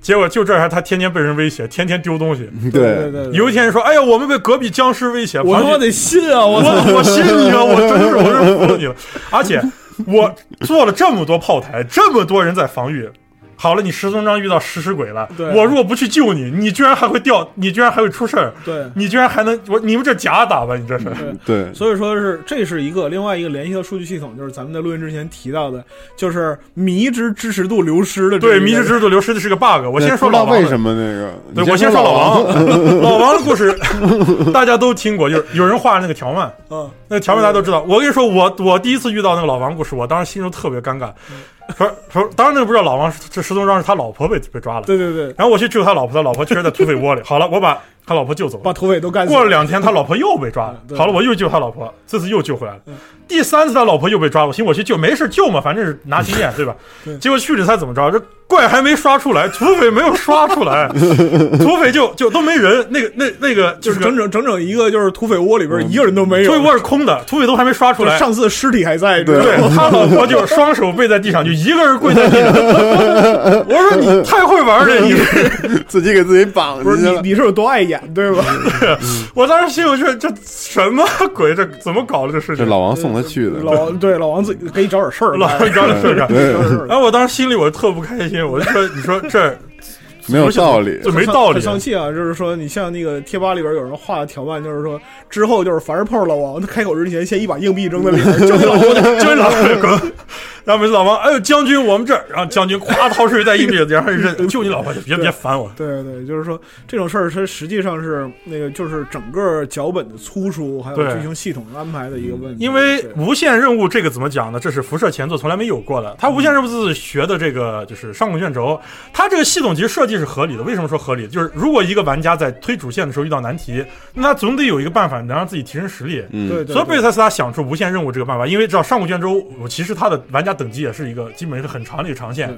D: 结果就这还他天天被人威胁，天天丢东西。
J: 对
I: 对，
J: 嗯对，
D: 有一天说：“哎呀，我们被隔壁僵尸威胁。”
J: 我他妈得信啊！我
D: [laughs]
J: 操！
D: 我我信你了，我真是我真是服了你了。而且我做了这么多炮台，这么多人在防御。好了，你石宗章遇到食尸鬼了
J: 对，
D: 我如果不去救你，你居然还会掉，你居然还会出事儿，
J: 对
D: 你居然还能我你们这假打吧，你这是
I: 对，
J: 所以说是这是一个另外一个联系到数据系统，就是咱们在录音之前提到的，就是迷之支持度流失的这
D: 对
J: 一个
D: 迷之制度流失的是个 bug。我
I: 我
D: 先说
I: 不知
D: 老
I: 道
D: 王
I: 为
D: 的，
I: 什么那个，
D: 对
I: 你
D: 我先
I: 说
D: 说老，王，老王的故事大家都听过，就是有人画那个条漫，
J: 嗯
D: 那个条漫大家都知道。我跟你说，我我第一次遇到那个老王故事，我当时心中特别尴尬，说说当然那个不知道老王是这石宗章是他老婆被被抓了，
J: 对对对，
D: 然后我去救他老婆，他老婆确实在土匪窝里。好了，我把他老婆救走了。
J: 把土匪都干死
D: 过了两天，他老婆又被抓了
J: 嗯。对
D: 好了，我又救他老婆，这次又救回来了
J: 嗯。 [laughs]
D: 第三次他老婆又被抓，我寻思我去救，没事救嘛，反正是拿经验，对吧
J: 对？
D: 结果去了他怎么着？这怪还没刷出来，土匪没有刷
J: [laughs]
D: 出来，土匪就就都没人，那个那那个
J: 就是整整整整一个就是土匪窝里边一个人都没有，
D: 土匪窝是空的，土匪都还没刷出来。
J: 上次尸体还在，
D: 对，他老 [laughs]
J: [laughs]
D: 婆就双手背在地上，就一个人跪在地上。 [laughs] 我说你太会玩了，你
I: [laughs] 自己给自己绑
J: 不是
I: 进去了。
J: 你你是有多碍眼对吧？嗯
D: [laughs] 我当时心里这这什么鬼？这怎么搞的这事
I: 这
D: 情？
I: 老王送他去的，
J: 老对老王自己给你找点事儿，
D: 老一张是不是？
J: 是
D: 哎然后我当时心里我特不开心，我就说你说
J: [laughs]
D: 这
I: 没有道理。
D: 这没道理
J: 很。生气啊！就是说，你像那个贴吧里边有人画的条漫，就是说之后就是凡是碰上老王，他开口之前先一把硬币扔在里边，就你老婆的，
D: [laughs] 真老滚！然后每次老王，哎呦将军，我们这儿，然后将军咵掏出一袋硬币，然
J: [laughs]
D: 后扔，就你老婆去，别别烦我。
J: 对对，就是说这种事儿，它实际上是那个就是整个脚本的粗疏，还有
D: 对
J: 剧情系统安排的一个问题。
D: 因为
J: 对
D: 无限任务这个怎么讲呢？这是辐射前作从来没有过的。它无限任务自学的这个就是上古卷轴，它这个系统其实设计是合理的。为什么说合理？就是如果一个玩家在推主线的时候遇到难题，那他总得有一个办法能让自己提升实力。
I: 嗯
J: 对对，
D: 所以贝
J: 对
D: 塞斯他想出无限任务这个办法，因为知道上古卷轴，我其实它的玩家等级也是一个基本是很长的一个长线
J: 对，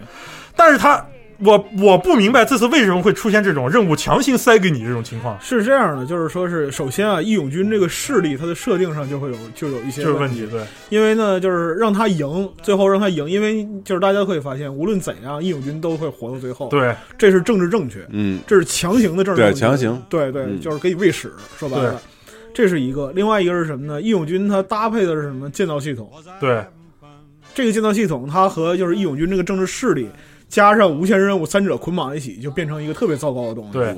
D: 但是它我我不明白这次为什么会出现这种任务强行塞给你这种情况，
J: 是这样的，就是说是首先啊，义勇军这个势力它的设定上就会有就有一些
D: 这是
J: 问
D: 问题。对，
J: 因为呢，就是让他赢，最后让他赢，因为就是大家可以发现，无论怎样，义勇军都会活到最后。，
D: 对，
J: 这是政治正确，
I: 嗯，
J: 这是强行的政治正
I: 对，
J: 确。
I: 强行。
J: 对对，
I: 嗯
J: 就是给你喂屎，说白
D: 对
J: 了，这是一个。另外一个是什么呢？义勇军它搭配的是什么？建造系统。
D: 对，
J: 这个建造系统，它和就是义勇军这个政治势力，加上无限任务三者捆绑一起，就变成一个特别糟糕的东西。
D: 对。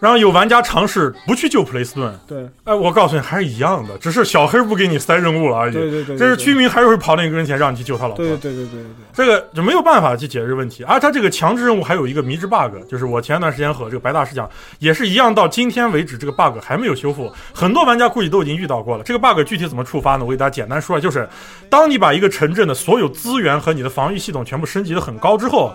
D: 然后有玩家尝试不去救普雷斯顿，
J: 对
D: 哎，我告诉你还是一样的，只是小黑不给你塞任务了而已。
J: 对对对，
D: 这是
J: 对
D: 居民还是会跑到你跟前让你去救他老婆。
J: 对对对对对对
D: 这个就没有办法去解决问题。而它这个强制任务还有一个迷之 bug，就是我前段时间和这个白大师讲，也是一样，到今天为止这个 bug 还没有修复，很多玩家估计都已经遇到过了。这个 bug 具体怎么触发呢？我给大家简单说一下，就是当你把一个城镇的所有资源和你的防御系统全部升级的很高之后。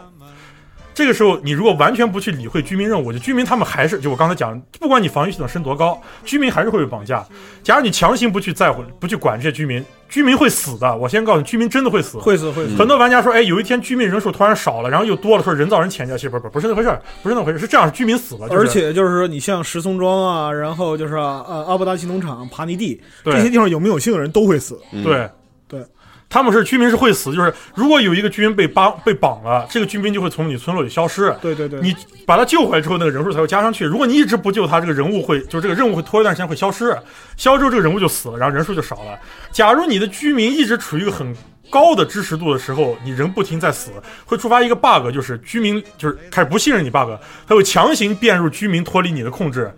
D: 这个时候，你如果完全不去理会居民任务，就居民他们还是就我刚才讲，不管你防御系统升多高，居民还是会被绑架。假如你强行不去在乎、不去管这些居民，居民会死的。我先告诉你，居民真的会死，
J: 会死会死。
D: 很多玩家说，哎，有一天居民人数突然少了，然后又多了，说人造人潜下去，不是不是那回事儿，不是那回事儿，是这样，居民死了，就是
J: 而且就是说，你像石松庄啊，然后就是啊呃阿布达奇农场、帕尼地
D: 对
J: 这些地方有没有性人都会死。
I: 嗯
D: 对
J: 对。
D: 他们是居民是会死，就是如果有一个居民被绑被绑了，这个居民就会从你村落里消失。
J: 对对对，
D: 你把他救回来之后，那个人数才会加上去。如果你一直不救他，这个人物会就是这个任务会拖一段时间会消失，消失之后这个人物就死了，然后人数就少了。假如你的居民一直处于一个很高的支持度的时候，你人不停在死，会触发一个 bug，就是居民就是开始不信任你 bug，它会强行变入居民脱离你的控制。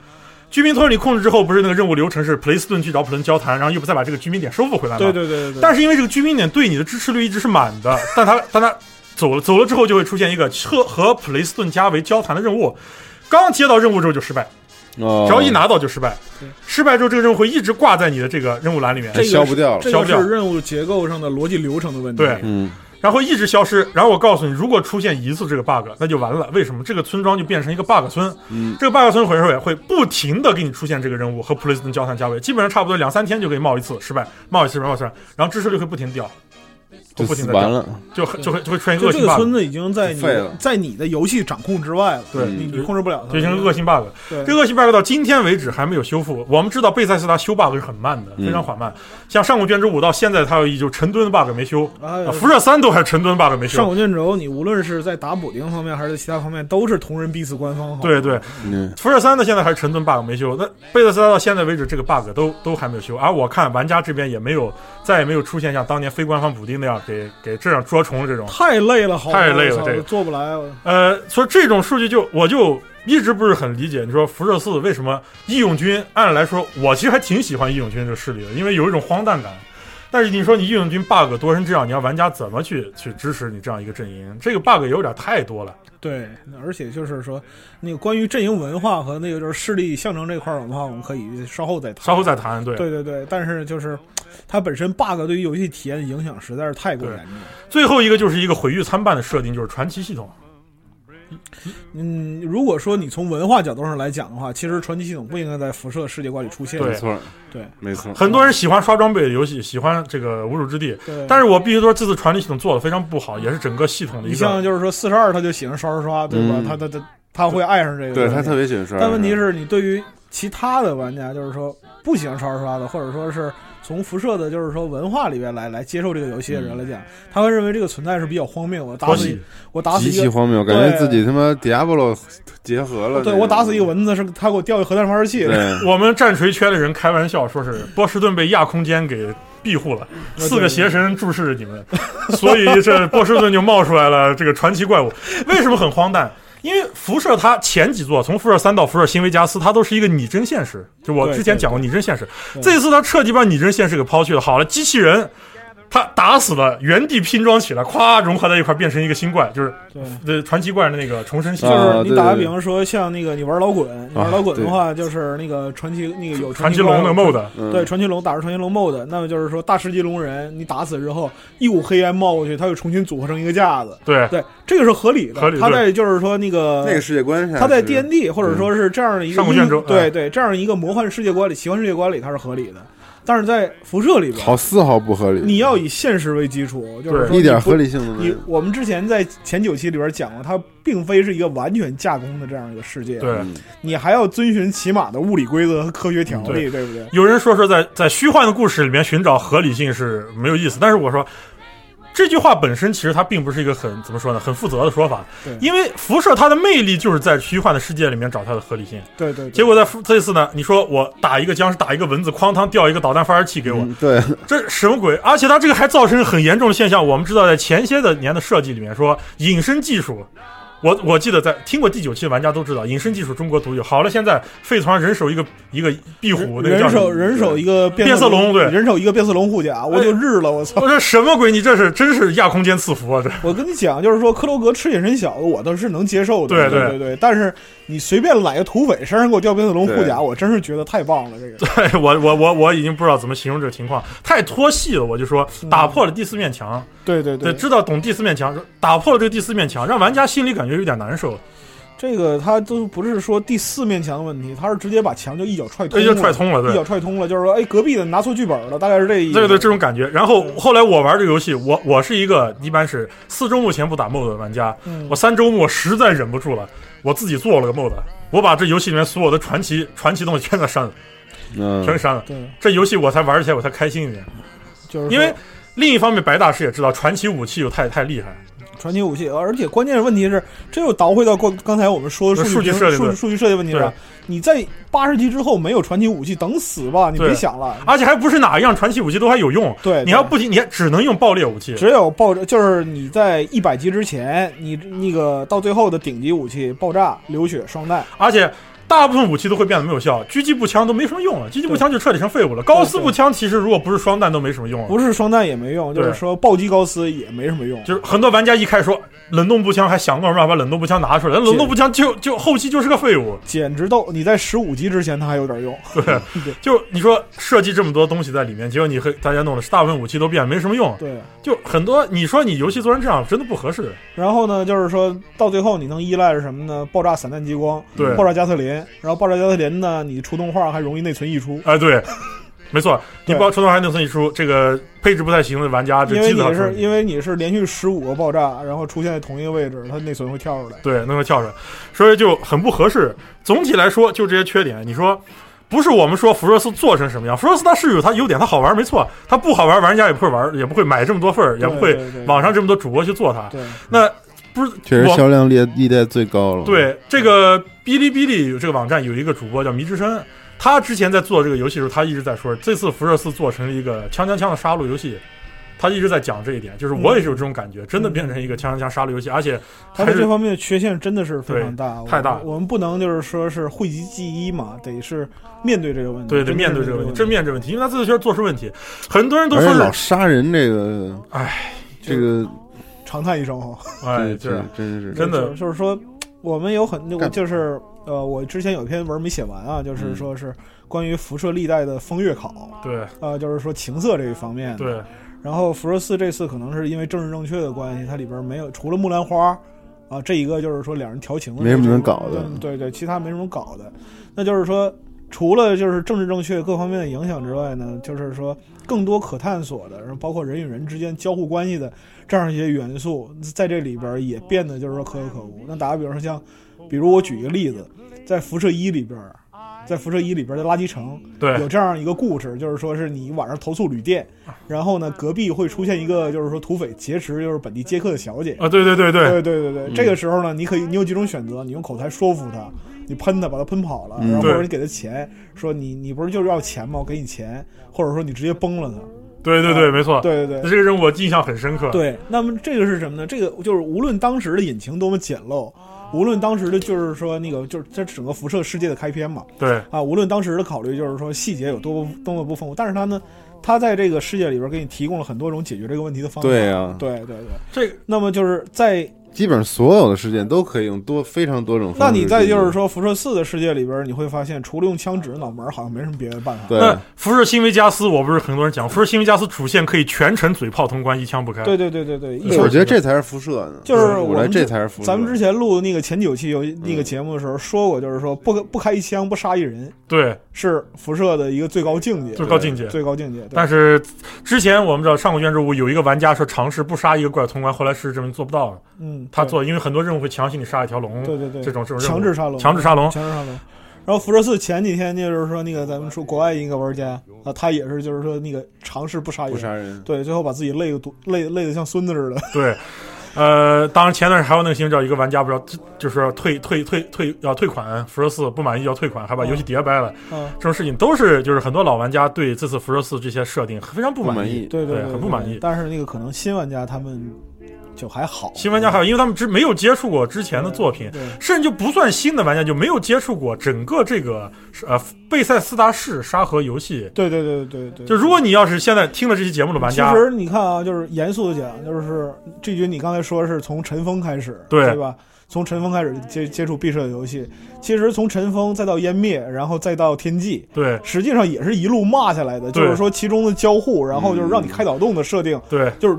D: 居民脱离你控制之后，不是那个任务流程是普雷斯顿去找普伦交谈，然后又再把这个居民点收复回来吗？
J: 对对对对对，
D: 但是因为这个居民点对你的支持率一直是满的，但他但他走了走了之后，就会出现一个彻和普雷斯顿家为交谈的任务。刚接到任务之后就失败，
I: 只
D: 只要一，拿到就失败
J: 对，
D: 失败之后这个任务会一直挂在你的这个任务栏里面
I: 这，哎消不掉了
J: 这
D: 消
J: 个
D: 不掉
J: 是任务结构上的逻辑流程的问题。
D: 对
I: 嗯，
D: 然后一直消失。然后我告诉你，如果出现一次这个 bug，那就完了。为什么？这个村庄就变成一个 bug 村。
I: 嗯，
D: 这个 bug 村会会会不停的给你出现这个任务和普雷斯顿交谈加维，基本上差不多两三天就可以冒一次失败，冒一次失败，冒一次失败，然后支持率会不停地掉，
I: 就
D: 会不
I: 死
D: 停的
I: 完
D: 掉，
I: 了。
D: 就很就会就会出现一个
J: 就
D: 恶
J: 这
D: 性
J: 个
D: bug。
J: 村子已经在你
I: 废了
J: 在你的游戏掌控之外了，
D: 对
J: 你
D: 就
J: 你控制不了它，
D: 就形成恶性 bug。
J: 对
D: 这个恶性 bug 到今天为止还没有修复。我们知道贝塞斯达修 bug 是很慢的，非常缓慢。像上古卷轴五到现在，它有一就沉蹲 bug 没修，
J: 哎呀
D: 啊辐射三都还沉蹲 bug 没
J: 上
D: 修。
J: 古卷轴，你无论是在打补丁方面，还是在其他方面，都是同人逼死官方好。
D: 对对，
I: 嗯，
D: 辐射三呢现在还是沉蹲 bug 没修。那贝塞斯达到现在为止，这个 bug 都都还没有修。而我看玩家这边也没有，再也没有出现像当年非官方补丁那样给给这样捉虫的这种。
J: 太累了，好吗
D: 太累了
J: 我操
D: 这个
J: 做不来。我
D: 呃，所以这种数据就我就一直不是很理解，你说辐射四为什么义勇军？按理来说，我其实还挺喜欢义勇军这个势力的，因为有一种荒诞感。但是你说你义勇军 bug 多成这样，你要玩家怎么去去支持你这样一个阵营？这个 bug 有点太多了。
J: 对，而且就是说，那个关于阵营文化和那个就是势力象征这块儿的话，我们可以稍后再谈。
D: 稍后再谈，对。
J: 对对对，但是就是它本身 bug 对于游戏体验的影响实在是太过
D: 对
J: 严重了。
D: 最后一个就是一个毁誉参半的设定，就是传奇系统。
J: 嗯，如果说你从文化角度上来讲的话，其实传奇系统不应该在辐射世界观里出现。
D: 对
I: 没错，
J: 对，
I: 没错。
D: 很多人喜欢刷装备的游戏，喜欢这个无主之地
J: 对，
D: 但是我必须说，这次传奇系统做的非常不好，也是整个系统的
J: 你
D: 一个
J: 像就是说四十二，他就喜欢刷刷刷，对吧？
I: 嗯
J: 他他他他会爱上这个东
I: 对
J: 西，
I: 他特别喜欢刷。
J: 但问题，是你对于其他的玩家，就是说不喜欢刷刷刷的，或者说是从辐射的，就是说文化里边来来接受这个游戏的人
I: 嗯
J: 来讲，他会认为这个存在是比较荒谬。我打死一我打死
I: 极
J: 一
I: 其
J: 个，
I: 荒谬，感觉
J: 啊对
I: 自己他妈 Diablo 结合了那种。
J: 对我打死一个蚊子，是他给我掉一核弹发射器。
I: 对，
D: 我们战锤圈的人开玩笑说是波士顿被亚空间给庇护了，
J: 对
D: 四个邪神注视着你们，所以这波士顿就冒出来了这个传奇怪物。为什么很荒诞？因为辐射它前几座，从辐射三到辐射新维加斯，它都是一个拟真现实。就我
J: 对
D: 之前
J: 对
D: 讲过拟真现实，
J: 对
D: 这次它彻底把拟真现实给抛去了。好了，机器人。它打死了，原地拼装起来，咵融合在一块儿，变成一个新怪，就是
J: 对，
D: 呃传奇怪的那个重生系
J: 就
D: 列。
J: 是你打
I: 啊对对
J: 个
I: 对
J: 比方说，像那个你玩老滚，你玩
I: 啊
J: 老滚
I: 对
J: 的话，就是那个传奇那个有
D: 传
J: 奇
D: 奇龙
J: 怪物
D: 的 mod，
I: 嗯
J: 对，传奇龙打着传奇龙 mod，那么就是说大世纪龙人，你打死之后一股黑烟冒过去，它又重新组合成一个架子。
D: 对，
J: 对，这个是合理的。
D: 合理
J: 他
D: 对
J: 在就是说那个
I: 那个世界观上，
J: 他在
I: 是嗯
J: D N D 或者说是这样的一个
D: 上古卷轴
J: 英对
D: 哎
J: 对这样一个魔幻世界观里、奇幻世界观里，它是合理的。但是在辐射里边，
I: 好丝毫不合理，
J: 你要以现实为基础，就是
D: 对
J: 说
I: 一点
J: 你不
I: 合理性都没
J: 你
I: 有。
J: 我们之前在前九期里边讲过，它并非是一个完全架空的这样一个世界，
D: 对
I: 嗯
J: 你还要遵循起码的物理规则和科学条例，对不对？
D: 有人说是在在虚幻的故事里面寻找合理性是没有意思，但是我说这句话本身其实它并不是一个很怎么说呢，很负责的说法
J: 对，
D: 因为辐射它的魅力就是在虚幻的世界里面找它的合理性。
J: 对对对。
D: 结果在辐这次呢，你说我打一个僵尸，打一个蚊子，哐当掉一个导弹发射器给我，
I: 嗯对，
D: 这什么鬼？而且它这个还造成很严重的现象。我们知道，在前些的年的设计里面说，隐身技术，我我记得在听过第九期的玩家都知道，隐身技术中国独有。好了，现在废团人手一个一个壁虎，那个
J: 人
D: 叫什
J: 手
D: 么？
J: 人手一个变
D: 变色龙对哎
J: 人手一个变色龙护甲，我就日了，我操！
D: 我说什么鬼？你这是真是亚空间赐福啊！这
J: 我跟你讲，就是说克罗格吃隐身小子，我倒是能接受的，
D: 对
J: 对
D: 对
J: 对对。但是你随便来个土匪，身上给我掉变色龙护甲，
I: 对
J: 我真是觉得太棒了。这个，
D: 对哎我我我我已经不知道怎么形容这个情况，太脱戏了。我就说打破了第四面墙，
J: 对对
D: 对，知道懂第四面墙，打破了这个第四面墙，让玩家心里感觉有点难受，
J: 这个他都不是说第四面墙的问题，他是直接把墙就一脚踹通
D: 对，
J: 了，
D: 就踹通了，对
J: 一。脚踹通了，就是说，哎，隔壁的拿错剧本了，大概是这意思。
D: 对对，这种感觉。然后后来我玩这个游戏，我我是一个一般是四周目前不打 MOD 的玩家，
J: 嗯
D: 我三周目我实在忍不住了，我自己做了个 MOD，我把这游戏里面所有的传奇传奇东西全给删了，全
I: 嗯，
D: 删了。
J: 对，
D: 这游戏我才玩起来我才开心一点，
J: 就是说
D: 因为另一方面白大师也知道传奇武器又太太厉害，
J: 传奇武器，而且关键问题是，这又倒回到过刚才我们说的
D: 对
J: 数
D: 数据
J: 平
D: 设计
J: 数
D: 对
J: 数据设计问题上
D: 对，
J: 你在八十级之后没有传奇武器，等死吧，你别
D: 对啊
J: 想了。
D: 而且还不是哪一样传奇武器都还有用，
J: 对，
D: 你要
J: 对
D: 不仅你还只能用爆裂武器，
J: 只有爆炸，就是你在一百级之前，你那个到最后的顶级武器爆炸、流血、双弹，
D: 而且。大部分武器都会变得没有效，狙击步枪都没什么用了，狙击步枪就彻底成废物了。高斯步枪其实如果不是双弹都没什么用了，
J: 不是双弹也没用，就是
D: 哦对
J: 说暴击高斯也没什么用。
D: 就是很多玩家一开始说冷冻步枪，还想各种办法把冷冻步枪拿出来，但冷冻步枪就就后期就是个废物。
J: 简直到你在十五级之前，它还有点
D: [laughs]
J: 用。
D: 就你说设计这么多东西在里面，结果你和大家弄的是大部分武器都变没什么用，
J: 对，
D: 就很多你说你游戏做成这样真的不合适。
J: 然后呢，就是说到最后你能依赖是什么呢？爆炸散弹激光，
D: 对
J: 爆炸加特林，然后爆炸加特林呢，你出动画还容易内存溢
D: [laughs]
J: 出，
D: 哎，
J: [laughs]
D: 对，没错，你
J: 对
D: 包传统还能算一出这个配置不太行的玩家，这
J: 因为
D: 啊机
J: 你
D: 子上
J: 是
D: 出
J: 因为你是连续十五个爆炸，然后出现在同一个位置，它内存会跳出来。
D: 对，那么跳出来，所以就很不合适。总体来说，就这些缺点，你说不是我们说辐射四做成什么样？辐射四它是有它优点，它好玩没错，它不好玩，玩家也不会玩，也不会买这么多份儿，也不会
J: 对对对
D: 网上这么多主播去做它。
J: 对，
D: 那不是
I: 确实
D: 我
I: 销量历历代最高了。，
D: 对这个哔哩哔哩有这个网站有一个主播叫迷之声，他之前在做这个游戏的时候，他一直在说，这次辐射四做成了一个枪枪枪的杀戮游戏。他一直在讲这一点，就是我也是有这种感觉，真的变成一个枪枪枪杀戮游戏，而且
J: 它
D: 还
J: 的
D: 是
J: 这方面的缺陷真的是非常大，
D: 对太大
J: 我们我们不能就是说是讳疾忌医嘛，得是面对这个问题。
D: 对对
J: 真
D: 面
J: 是
D: 对这
J: 这
D: 个问题，
J: 真
D: 真面对问题，因为他这次确实做出问题，很多人都
I: 而
D: 说
I: 且
D: 是
I: 老杀人这个，
D: 唉，
I: 这个
J: 长叹一声哈。
D: 哎，
I: 这
D: 对
I: 这，真
D: [laughs]
I: 是
D: 真的
J: 就是说，我们有很
I: 干
J: 就是呃，我之前有篇文没写完啊，就是
I: 嗯
J: 说是关于辐射历代的风月考，
D: 对
J: 呃，就是说情色这一方面。。
D: 对
J: 然后辐射四这次可能是因为政治正确的关系，它里边没有除了木兰花。啊，这一个就是说两人调情的，
I: 没什么能搞的
J: 嗯对对，其他没什么搞的。那就是说，除了就是政治正确各方面的影响之外呢，就是说更多可探索的，然后包括人与人之间交互关系的这样一些元素，在这里边儿也变得就是说可有可无。那打个比方说像，比如我举一个例子，在辐射一里边儿。在辐射一里边儿的垃圾城，
D: 对
J: [laughs] 有这样一个故事，就是说是你晚上投诉旅店，
D: 啊
J: 然后呢，隔壁会出现一个就是说土匪劫持就是本地接客的小姐，
D: 啊，对对对
J: 对
D: 对
J: 对对对，
D: 嗯
J: 这个时候呢，你可以你有几种选择，你用口才说服他，你喷他把他喷跑了，
D: 嗯
J: 然后或者
D: 对
J: 你给他钱，说你你不是就是要钱吗？我给你钱，或者说你直接崩了他。
D: 对对对，没错，
J: 对对对
D: 啊这个任务我印象很深刻。
J: 对，那么这个是什么呢？这个就是无论当时的引擎多么简陋，无论当时的就是说那个就是这整个辐射世界的开篇嘛，
D: 对
J: 啊，无论当时的考虑就是说细节有多么多么不丰富，但是它呢，它在这个世界里边给你提供了很多种解决这个问题的方法。
I: 对啊
J: 对对对，
D: 这个
J: 那么就是在
I: 基本上所有的事件都可以用多非常多种方
J: 那
I: 式
J: 你
I: 去
J: 在就是
I: 解
J: 说辐射四的世界里边，你会发现除了用枪指着脑门儿，好像没什么别的办法。
I: 对
D: 那辐射新维加斯，我不是很多人讲，辐射新维加斯主线可以全程嘴炮通关，一枪不开。
J: 对对对对对，一
I: 决， [laughs]
J: 枪
I: 我觉得这才是辐射呢。
J: 就是
I: 我
J: 我
I: 觉得
J: 们
I: 这才是辐射。嗯
J: 咱们之前录那个前九期有那个节目的时候说过，就是说不不开一枪不杀一人
D: 对，
J: 是辐射的一个最高境界，
D: 最高境界
J: 最高境界。对
D: 但是之前我们知道《上古卷轴五》有一个玩家说尝试不杀一个怪通关，后来事实证明做不到了。
J: 嗯，
D: 他
J: 对
D: 做，因为很多任务会强行你杀一条龙，
J: 对对对，
D: 这种这种任务
J: 强制杀龙，
D: 强
J: [laughs]
D: 制杀龙，
J: 强制杀龙。然后辐射四前几天就是说那个咱们说国外一个玩家啊，他也是就是说那个尝试不杀人，
I: 不杀
J: [laughs]
I: 人
J: 对，最后把自己累得多累累得像孙子似的。 [laughs]
D: 对，呃，当然前段时间还有那个新闻，叫一个玩家不知道，就就是要退退退退要退款，辐射四不满意要退款，还把游戏碟掰了。
J: 嗯
D: 这种事情都是就是很多老玩家对这次辐射四这些设定非常不满
J: 对
D: 对
J: 对，
D: 很不满意。
J: 但是那个可能新玩家他们就还好，
D: 新玩家还有，因为他们之没有接触过之前的作品
J: 对对，
D: 甚至就不算新的玩家就没有接触过整个这个呃贝塞斯达式沙盒游戏。
J: 对对对对对。
D: 就如果你要是现在听了这期节目的玩
J: 其
D: 家，
J: 实你看啊，就是严肃的讲，就是这局你刚才说是从尘封开始，
D: 对
J: 对吧？从尘封开始接接触闭社游戏，其实从尘封再到湮灭，然后再到天际，
D: 对
J: 实际上也是一路骂下来的。就
D: 对嗯
J: 是说其中的交互，然后就是让你开导洞的设定，
D: 对，
J: 就是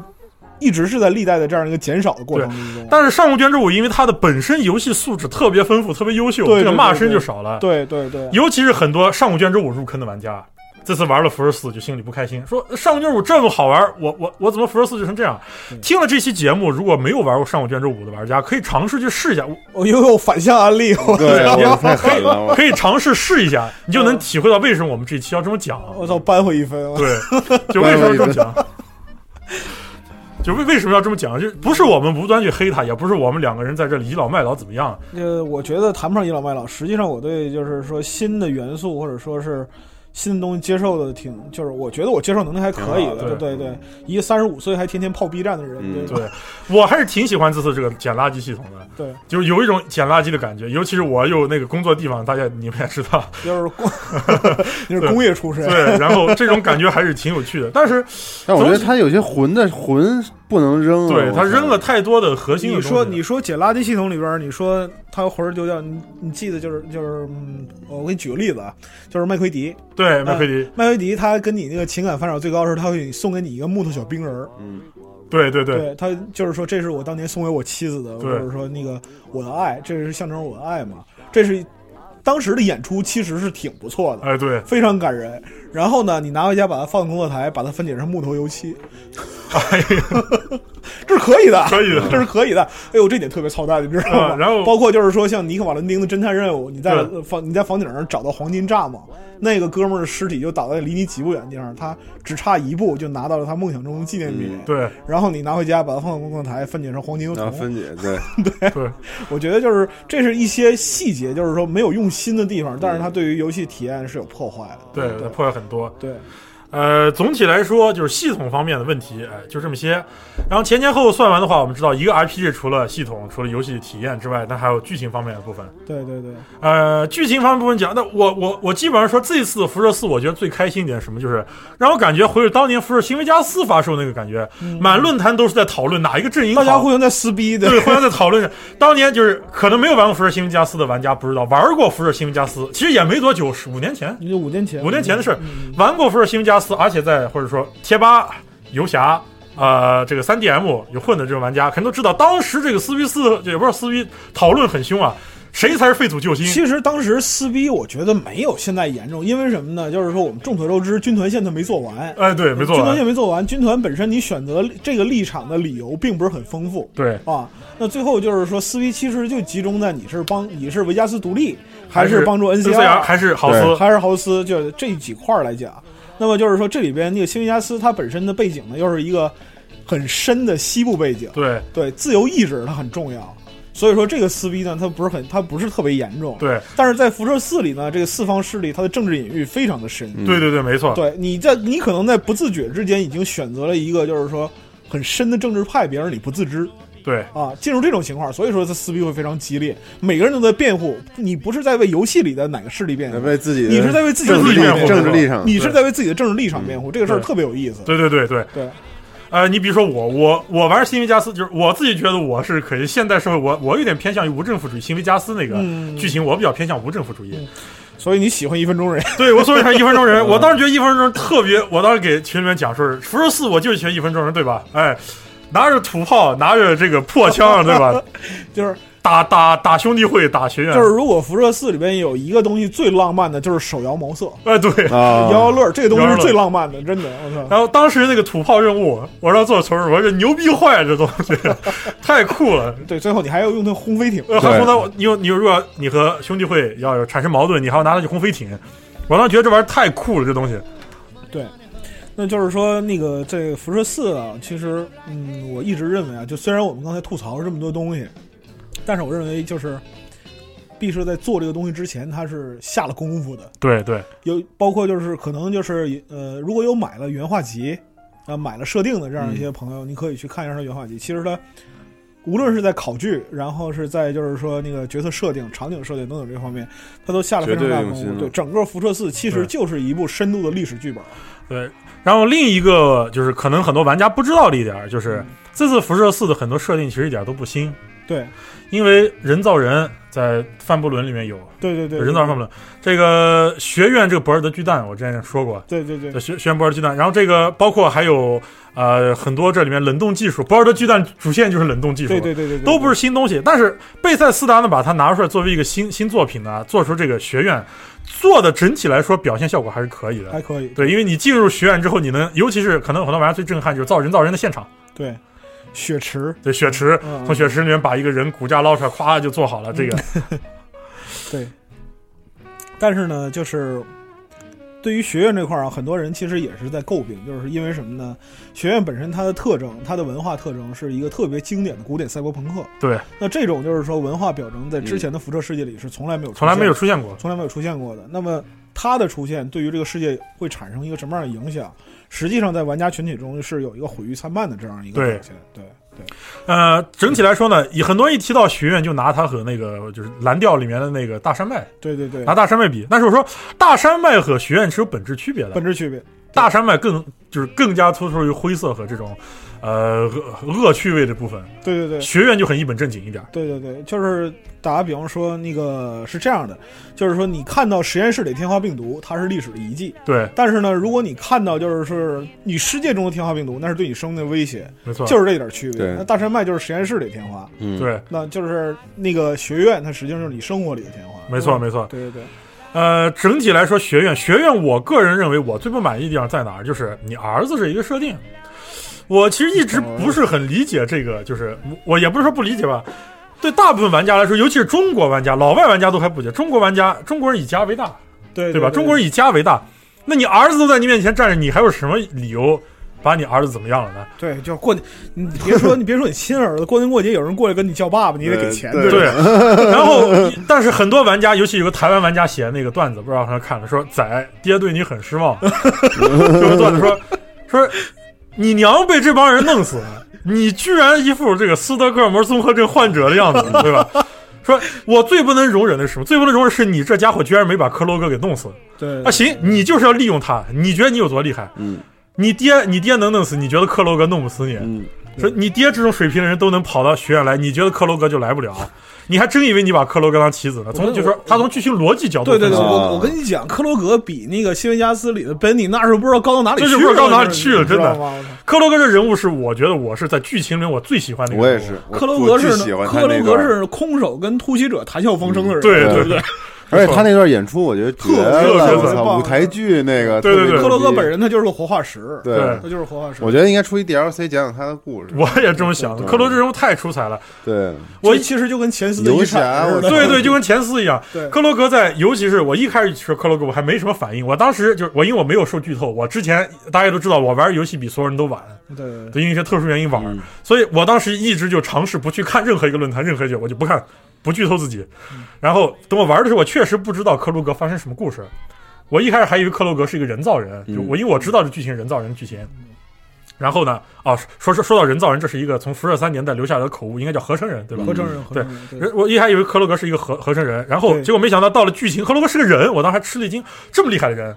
J: 一直是在历代的这样一个减少的过
D: 对
J: 程之中。
D: 但是《上古卷轴五》因为它的本身游戏素质特别丰富、特别优秀，
J: 对
D: 这个
J: 对
D: 骂
J: 对
D: 声
J: 对
D: 就少了。
J: 对对对，
D: 尤其是很多《上古卷轴五》入坑的玩家，这次玩了辐射四就心里不开心，说呃《上古卷轴五》这么好玩，我我我怎么辐射四就成这样？听了这期节目，如果没有玩过《上古卷轴五》的玩家，可以尝试去试一下，我
J: 我又有反向案例，我
I: 对
J: 操
I: 我太狠了，我
D: [laughs] 可以尝试试一下，你就能体会到为什么我们这一期要这么讲。
J: [laughs] 我操，扳回一分，啊我
D: 对，就为什么要这么讲？就为为什么要这么讲？就不是我们无端去黑他，也不是我们两个人在这里倚老卖老怎么样。啊
J: 呃，我觉得谈不上倚老卖老，实际上我对就是说新的元素或者说是新的东西接受的挺，就是我觉得我接受能力还可以
D: 挺好
J: 的，
D: 的
J: 对对一个三十五岁还天天泡 B 站的人，
I: 嗯
J: 对吧
D: 对我还是挺喜欢这次这个捡垃圾系统的，
J: 对，
D: 就是有一种捡垃圾的感觉。尤其是我有那个工作地方，大家你们也知道，
J: 就是
D: [laughs]
J: 工，你是工业出身，
D: 对，然后这种感觉还是挺有趣的。但是
I: 但我觉得
D: 总体
I: 他有些魂的魂不能扔啊，
D: 对他
I: 我操
D: 扔了太多的核心的
J: 你
D: 东西
J: 说你说解垃圾系统里边儿，你说他魂儿丢掉，你你记得就是就是，嗯，我给你举个例子啊，就是麦奎迪，
D: 对麦奎迪，
J: 麦奎迪他跟你那个情感发展最高的时候，他会送给你一个木头小冰人儿，
D: 对对对
J: 他就是说这是我当年送给我妻子的，或
D: 对
J: 者说那个我的爱，这是象征我的爱嘛，这是当时的演出其实是挺不错的。
D: 哎对，
J: 非常感人。然后呢，你拿回家把它放工作台，把它分解成木头油漆，
D: 哎呀，
J: [laughs] 这是可以的，
D: 可以的
J: 这是可以的。哎呦，这点特别操蛋，你知道吗？
D: 啊然后
J: 包括就是说，像尼克瓦伦丁的侦探任务，你在呃
D: 对
J: 房你在房顶上找到黄金蚱蜢，那个哥们儿的尸体就倒在离你几步远的地方，他只差一步就拿到了他梦想中的纪念品。
D: 嗯对
J: 然后你拿回家，把它放到工作台，分解成黄金油
I: 然后
J: 桶。
I: 分解，对，
D: 对
J: 我觉得就是这是一些细节，就是说没有用心的地方，但是它对于游戏体验是有破坏的。
D: 嗯对，它破坏很多。
J: 对，
D: 呃，总体来说就是系统方面的问题，哎，就这么些。然后前前后后算完的话，我们知道一个 RPG 除了系统、除了游戏体验之外，那还有剧情方面的部分。
J: 对对对，
D: 呃，剧情方面部分讲，那我我我基本上说这次《辐射四》，我觉得最开心一点是什么，就是让我感觉回到当年《辐射新维加斯》发售那个感觉，满论坛都是在讨论哪一个阵营好，
J: 嗯大家互相在撕逼的。
D: 对，互相在讨论。当年就是可能没有玩过《辐射新维加斯》的玩家不知道，玩过《辐射新维加斯》其实也没多久，十五年前，
J: 你就五年前，
D: 五年前的事儿，玩过《辐射新维加斯》，而且在或者说贴吧、游侠、呃，这个 3DM 有混的这种玩家，肯定都知道，当时这个撕逼四也不是撕逼，讨论很凶啊，谁才是废土救星？
J: 其实当时撕逼，我觉得没有现在严重，因为什么呢？就是说我们众所周知，军团线它没做完。
D: 哎，对，没做
J: 军团
D: 完
J: 线。没做完，军团本身你选择这个立场的理由并不是很丰富。
D: 对
J: 啊，那最后就是说，撕逼其实就集中在你是帮你是维加斯独立，
D: 还
J: 是帮助
D: NCR，还是豪斯？
J: 还是豪斯，就是这几块儿来讲。那么就是说，这里边那个新维加斯它本身的背景呢，又是一个很深的西部背景，
D: 对
J: 对，自由意志它很重要。所以说这个撕逼呢，它不是很，它不是特别严重。
D: 对，
J: 但是在辐射四里呢，这个四方势力它的政治隐喻非常的深。
I: 嗯
D: 对对对，没错。
J: 对，你在你可能在不自觉之间已经选择了一个就是说很深的政治派别，而你不自知。
D: 对
J: 啊，进入这种情况，所以说它撕逼会非常激烈，每个人都在辩护。你不是在为游戏里的哪个势力辩护，
I: 为自己的
J: 你是在为自己的
I: 政治
J: 立场
I: 立
J: 辩护
I: 政治立场
J: 你是在为自己的政治立场辩护，这个事儿
I: 嗯
D: 对
J: 特别有意思。
D: 对对对对
J: 对。
D: 呃，你比如说我，我我玩新维加斯，就是我自己觉得我是可以。现代社会我，我有点偏向于无政府主义。新维加斯那个
J: 嗯
D: 剧情，我比较偏向无政府主义。
J: 所以你喜欢一分钟人， [laughs]
D: 对我所以才一分钟人，我当时觉得一分钟特别，我当时给群里面讲说，辐射四我就是学一分钟人，对吧？哎，拿着土炮，拿着这个破枪，
J: [laughs]
D: 对吧？
J: 就是
D: 打打打兄弟会，打学
J: [laughs]
D: 院，
J: 就是如果辐射四里边有一个东西最浪漫的，就是手摇毛瑟、
D: 哎对。
J: 摇
I: 啊，
J: 摇乐，这个东西
D: 摇
J: 是
D: 乐
J: 最浪漫的，真的，嗯我操！
D: [laughs] 然后当时那个土炮任务，我让做球，我说这牛逼坏啊了，这东西 [laughs] 太酷了。
J: 对，最后你还要用那轰飞艇，
D: 呃，还
I: 对
D: 红到你有你如果你和兄弟会要有产生矛盾，你还要拿它去轰飞艇，我当时觉得这玩意儿太酷了，这东西。
J: [laughs] 那就是说，那个这个辐射四啊，其实，嗯，我一直认为啊，就虽然我们刚才吐槽了这么多东西，但是我认为就是，毕设在做这个东西之前，他是下了功夫的。
D: 对对
J: 有包括就是可能就是呃，如果有买了原画集，啊，买了设定的这样一
D: 嗯
J: 些朋友，你可以去看一下它原画集。其实它无论是在考据，然后是在就是说那个角色设定、场景设定等等这方面，它都下了非常大
I: 绝对用
J: 功
I: 心
J: 夫。
I: 了
J: 对，整个辐射四其实
D: 对
J: 就是一部深度的历史剧本。
D: 对。然后另一个就是可能很多玩家不知道的一点儿，就是
J: 嗯
D: 这次辐射四的很多设定其实一点儿都不新，
J: 对，
D: 因为人造人在范伯伦里面有
J: 对对对，
D: 人造人范伯伦，这个学院这个博尔德巨蛋，我之前说过。
J: 对对对
D: 这，学学院博尔德巨蛋，然后这个包括还有呃很多这里面冷冻技术，博尔德巨蛋主线就是冷冻技术，
J: 对对对对，对
D: 都不是新东西。但是贝塞斯达呢，把它拿出来作为一个新新作品呢，做出这个学院做的整体来说表现效果还是可以
J: 还
D: 的。
J: 可以。
D: 对，因为你进入学院之后，你能，尤其是可能很多玩家最震撼就是造人造人的现场，
J: 对，血池，
D: 对血池，
J: 嗯
D: 从血池里面把一个人骨架捞出来，咵就做好了。这个，
J: 对。但是呢，就是对于学院这块儿啊，很多人其实也是在诟病，就是因为什么呢？学院本身它的特征，它的文化特征是一个特别经典的古典赛博朋克。
D: 对，
J: 那这种就是说文化表征，在之前的辐射世界里是从来没有出
D: 从来没有
J: 现
D: 出现过。
J: 从来没有出现过的。那么它的出现对于这个世界会产生一个什么样的影响？实际上，在玩家群体中是有一个毁誉参半的这样一个
D: 对
J: 表现。对对
D: 呃，整体来说呢，以很多人一提到学院就拿它和那个就是蓝调里面的那个大山脉
J: 对对对
D: 拿
J: 对，
D: 大山脉比，但是我说大山脉和学院是有本质区别的
J: 本。质区别。
D: 大山脉更就是更加突出于灰色和这种呃恶恶趣味的部分，
J: 对对对，
D: 学院就很一本正经一点儿。
J: 对对对，就是打个比方说，那个是这样的，就是说你看到实验室里天花病毒，它是历史的遗迹。
D: 对，
J: 但是呢，如果你看到就是是你世界中的天花病毒，那是对你生命的威胁，
D: 没错，
J: 就是这点区别。
I: 对
J: 那大山脉就是实验室里天花，
I: 嗯，
D: 对，
J: 那就是那个学院，它实际上就是你生活里的天花。
D: 没错，没错。
J: 对对对，
D: 呃，整体来说，学院学院，我个人认为我最不满意的地方在哪儿？就是你儿子是一个设定，我其实一直不是很理解这个，就是我我也不是说不理解吧。对大部分玩家来说，尤其是中国玩家，老外玩家都还不解。中国玩家，中国人以家为大，
J: 对
D: 对吧？中国人以家为大，那你儿子都在你面前站着，你还有什么理由把你儿子怎么样了呢？
J: 对，就是过年，你别说你别说你亲儿子，过年过节有人过来跟你叫爸爸，你也得给钱，
I: 对
J: 吧
I: [laughs]
D: 对，然后但是很多玩家，尤其有个台湾玩家写那个段子，不知道他看了，说仔爹对你很失望， [laughs] 就是段子说说你娘被这帮人弄死了，你居然一副这个斯德哥尔摩综合症患者的样子，对吧？ [laughs] 说我最不能容忍的是什么？最不能容忍是你这家伙居然没把克罗哥给弄死
J: 对
D: 啊！行，你就是要利用他，你觉得你有多厉害？
I: 嗯
D: 你爹，你爹能弄死，你觉得克罗格弄不死你？
I: 嗯，
D: 说你爹这种水平的人都能跑到学院来，你觉得克罗格就来不了？你还真以为你把克罗格当棋子呢？从就说他从剧情逻辑角度
J: 对
D: 分
J: 对
D: 析，
J: 对，我我跟你讲，克罗格比那个新维加斯里的本尼那是不知道高到哪里
D: 这
J: 去
D: 就
J: 了，
D: 不知道高到哪里去了
J: 你知道
D: 真的
J: 吗我操
D: 克罗格这人物是我觉得我是在剧情里我最喜欢的一个
I: 我
D: 人物。
I: 也是，我
J: 克罗
I: 我
J: 格
I: 巨
J: 是
I: 喜欢他
J: 克罗
I: 那
J: 格
I: 段
J: 是空手跟突袭者谈笑风生的人，
D: 嗯对
J: 对
D: 对
J: 不对？
I: 而且他那段演出我觉得
J: [laughs]
I: 绝
D: 特
I: 了，
D: 特
I: 我
J: 特棒
I: 操，舞台剧那个，
D: 对对对
I: 特别牛逼
J: 克罗格本人他就是个活化石，
I: 对
D: 对
J: 他就是活化石。
I: 我觉得应该出一 DLC 讲讲他的故事。
D: 我也这么想的，克罗这人物太出彩了。
I: 对，
J: 我其实就跟前司的
I: 游
J: 遗
I: 侠
J: 产似的，
D: 对
J: [laughs]
D: 对，就跟前四一样
J: 对。
D: 克罗格在，尤其是我一开始说克罗格，我还没什么反应。我当时就是我，因为我没有受剧透，我之前大家都知道，我玩游戏比所有人都晚，
J: 对对对
D: 因为一些特殊原因晚，所以我当时一直就尝试不去看任何一个论坛，任何一个我就不看，不剧透自己。
J: 嗯
D: 然后等我玩的时候，我确实不知道克罗格发生什么故事。我一开始还以为克罗格是一个人造人，就我因为我知道这剧情人造人剧情。
J: 嗯
D: 然后呢？哦，说说说到人造人，这是一个从辐射三年代留下来的口误，应该叫合成人，对吧？
J: 合成人，合
D: 对
J: 成人，对
D: 人我一还以为克罗格是一个合合成人，然后
J: 对
D: 结果没想到到了剧情，克罗格是个人，我当时还吃了一惊，这么厉害的人。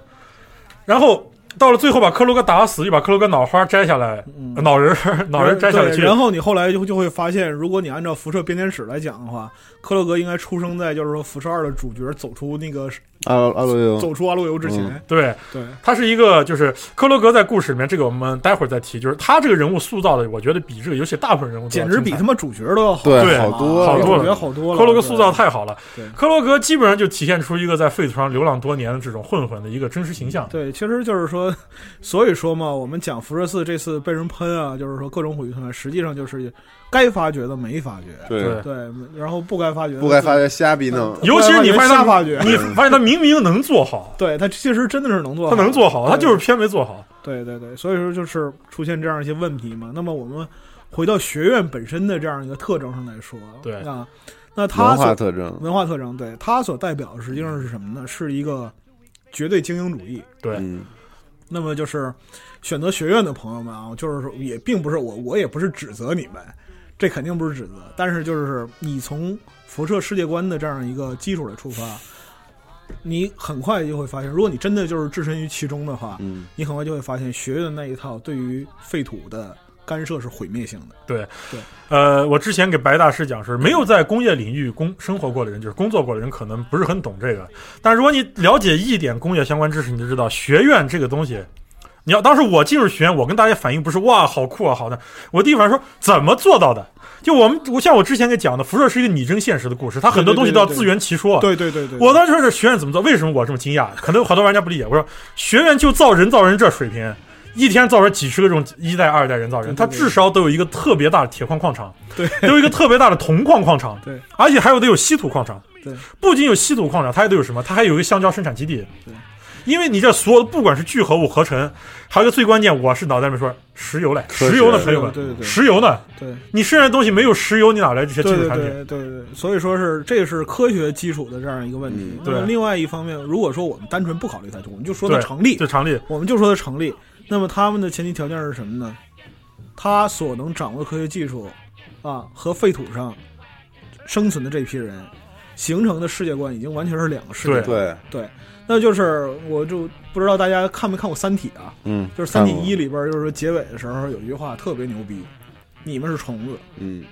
D: 然后到了最后把克罗格打死，又把克罗格脑花摘下来，呃脑仁儿脑仁儿摘下来
J: 嗯对
D: 去。
J: 然后你后来就就会发现，如果你按照辐射编年史来讲的话，克洛格应该出生在就是说辐射二的主角走出那个
I: 阿罗阿罗尤，
J: 走出阿洛尤之前
I: 嗯。
D: 对，
J: 对，
D: 他是一个，就是克罗格在故事里面，这个我们待会儿再提。就是他这个人物塑造的，我觉得比这个游戏大部分人物都要
J: 简直比
D: 精彩
J: 他妈主角都要好，
I: 对
J: 好
I: 好多
D: 了
J: 主角好多了。
D: 克罗格塑造太好了
J: 对对，
D: 克罗格基本上就体现出一个在废土上流浪多年的这种混混的一个真实形象。
J: 对，其实就是说，所以说嘛，我们讲辐射四这次被人喷啊，就是说各种毁誉推翻，实际上就是该发掘的没发掘，
I: 对，
J: 对，然后不该发掘的
I: 不该发掘瞎逼弄。
D: 尤其是你发现
J: 瞎
D: 他，
J: 发掘
D: 你发现他明明能做好，
J: 对他其实真的是能做
D: 他
J: 好，
D: 能做好，
J: 对
D: 他就是偏没做好。
J: 对对对，所以说就是出现这样一些问题嘛。那么我们回到学院本身的这样一个特征上来说，
D: 对
J: 啊，那它
I: 文
J: 所
I: 化特征，
J: 文化特征，对它所代表的实际上是什么呢？是一个绝对精英主义。
D: 对，
I: 嗯，
J: 那么就是选择学院的朋友们啊，就是说也并不是我，我也不是指责你们，这肯定不是指责，但是就是你从辐射世界观的这样一个基础来出发，你很快就会发现，如果你真的就是置身于其中的话，
I: 嗯，
J: 你很快就会发现学院的那一套对于废土的干涉是毁灭性的。
D: 呃，我之前给白大师讲是，没有在工业领域工生活过的人，就是工作过的人，可能不是很懂这个。但如果你了解一点工业相关知识，你就知道学院这个东西。你要当时我进入学院，我跟大家反应不是哇好酷啊好的，我第一反应说怎么做到的？就我们我像我之前给讲的，辐射是一个拟真现实的故事，它很多东西都要自圆其说。
J: 对对对对，
D: 我当时说这学院怎么做？为什么我这么惊讶？可能有好多玩家不理解。我说学院就造人造人这水平，一天造出几十个这种一代、二代人造人，
J: 对对
D: 它
J: 对
D: 至少都有一个特别大的铁矿矿场， [laughs]
J: 对，
D: 得有一个特别大的铜矿矿场，
J: 对，
D: 而且还有得有稀土矿场，
J: 对，
D: 不仅有稀土矿场，它还得有什么？它还有一个橡胶生产基地，
J: 对，
D: 因为你这所有的不管是聚合物合成，还有一个最关键，我是脑袋里面说石油嘞，
I: 科学
D: 石油呢，
I: 对
D: 朋友们，
J: 对对对
D: 石油呢，
J: 对。
D: 你生产东西没有石油，你哪来这些技
J: 对
D: 术
J: 对
D: 产
J: 对
D: 品？
J: 对对，所以说是这是科学基础的这样一个问题。
I: 嗯
J: 那么
D: 对
J: 另外一方面，如果说我们单纯不考虑它，我们就说它
D: 对
J: 成立，
D: 这常理，
J: 我们就说它成立。那么他们的前提条件是什么呢？他所能掌握的科学技术啊，和废土上生存的这批人形成的世界观，已经完全是两个世界
D: 对
J: 观。
I: 对，
J: 对那就是我就不知道大家看没看过《三体》啊？
I: 嗯，
J: 就是《三体
I: 看过
J: 一》，里边，就是说结尾的时候有一句话特别牛逼：“你们是虫子，
I: 嗯，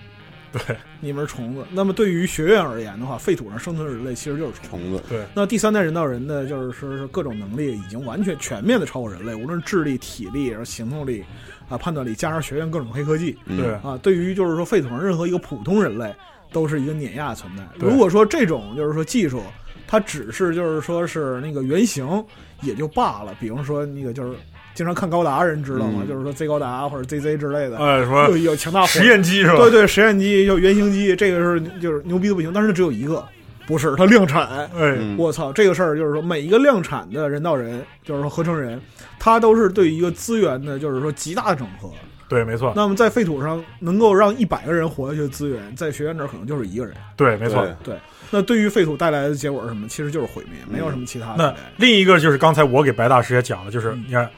J: 你们是虫子。”那么对于学院而言的话，废土上生存的人类其实就是虫子。
I: 虫子，
J: 那第三代人造人呢，就是说是各种能力已经完全全面的超过人类，无论是智力、体力、然后行动力啊、判断力，加上学院各种黑科技
I: 嗯
D: 对，
J: 啊，对于就是说废土上任何一个普通人类都是一个碾压的存在。
D: 对
J: 如果说这种就是说技术，它只是就是说是那个原型也就罢了，比方说那个就是经常看高达人知道吗？
I: 嗯
J: 就是说 Z 高达或者 ZZ 之类的，
D: 呃，什么
J: 有有强大火
D: 实验机是吧？
J: 对对，实验机就原型机，这个是就是牛逼的不行，但是只有一个，不是它量产。
D: 哎，
I: 嗯，
J: 我操，这个事儿就是说，每一个量产的人造人，就是说合成人，它都是对一个资源的，就是说极大的整合。
D: 对，没错，
J: 那么在废土上能够让一百个人活下去的资源，在学院这儿可能就是一个人。
D: 对，没错
I: 对。
J: 对，那对于废土带来的结果是什么？其实就是毁灭，没有什么其他
D: 那
J: 的。
D: 另一个就是刚才我给白大师也讲了，就是
J: 嗯
D: 你看，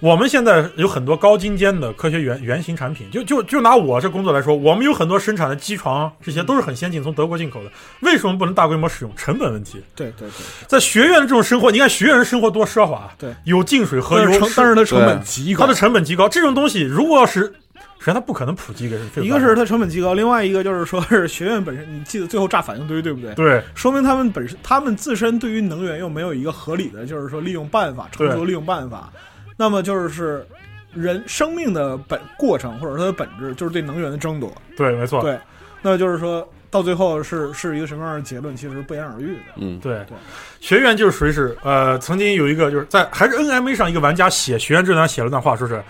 D: 我们现在有很多高精尖的科学原原型产品，就就就拿我这工作来说，我们有很多生产的机床，这些都是很先进，从德国进口的，为什么不能大规模使用？成本问题。
J: 对对对
D: 在学院的这种生活，你看学院人生活多奢华，啊
J: 对，
D: 有净水
J: 对，
D: 河
J: 但
D: 油
J: 是成，但是它成本
I: 对
J: 极
D: 它
J: 高
D: 的。成本极高，这种东西如果要是实际上它不可能普及给非
J: 一个是它成本极高，另外一个就是说是学院本身，你记得最后炸反应堆对不对？
D: 对，
J: 说明他们本身他们自身对于能源又没有一个合理的，就是说利用办法，成熟利用办法。那么就是人生命的本过程，或者它的本质，就是对能源的争夺。
D: 对，没错，
J: 对，那就是说到最后是是一个什么样的结论，其实不言而喻的。
I: 嗯，
D: 对
J: 对，
D: 学员就是属于是呃，曾经有一个就是在还是 NMA 上一个玩家写学员这段写了段话，说是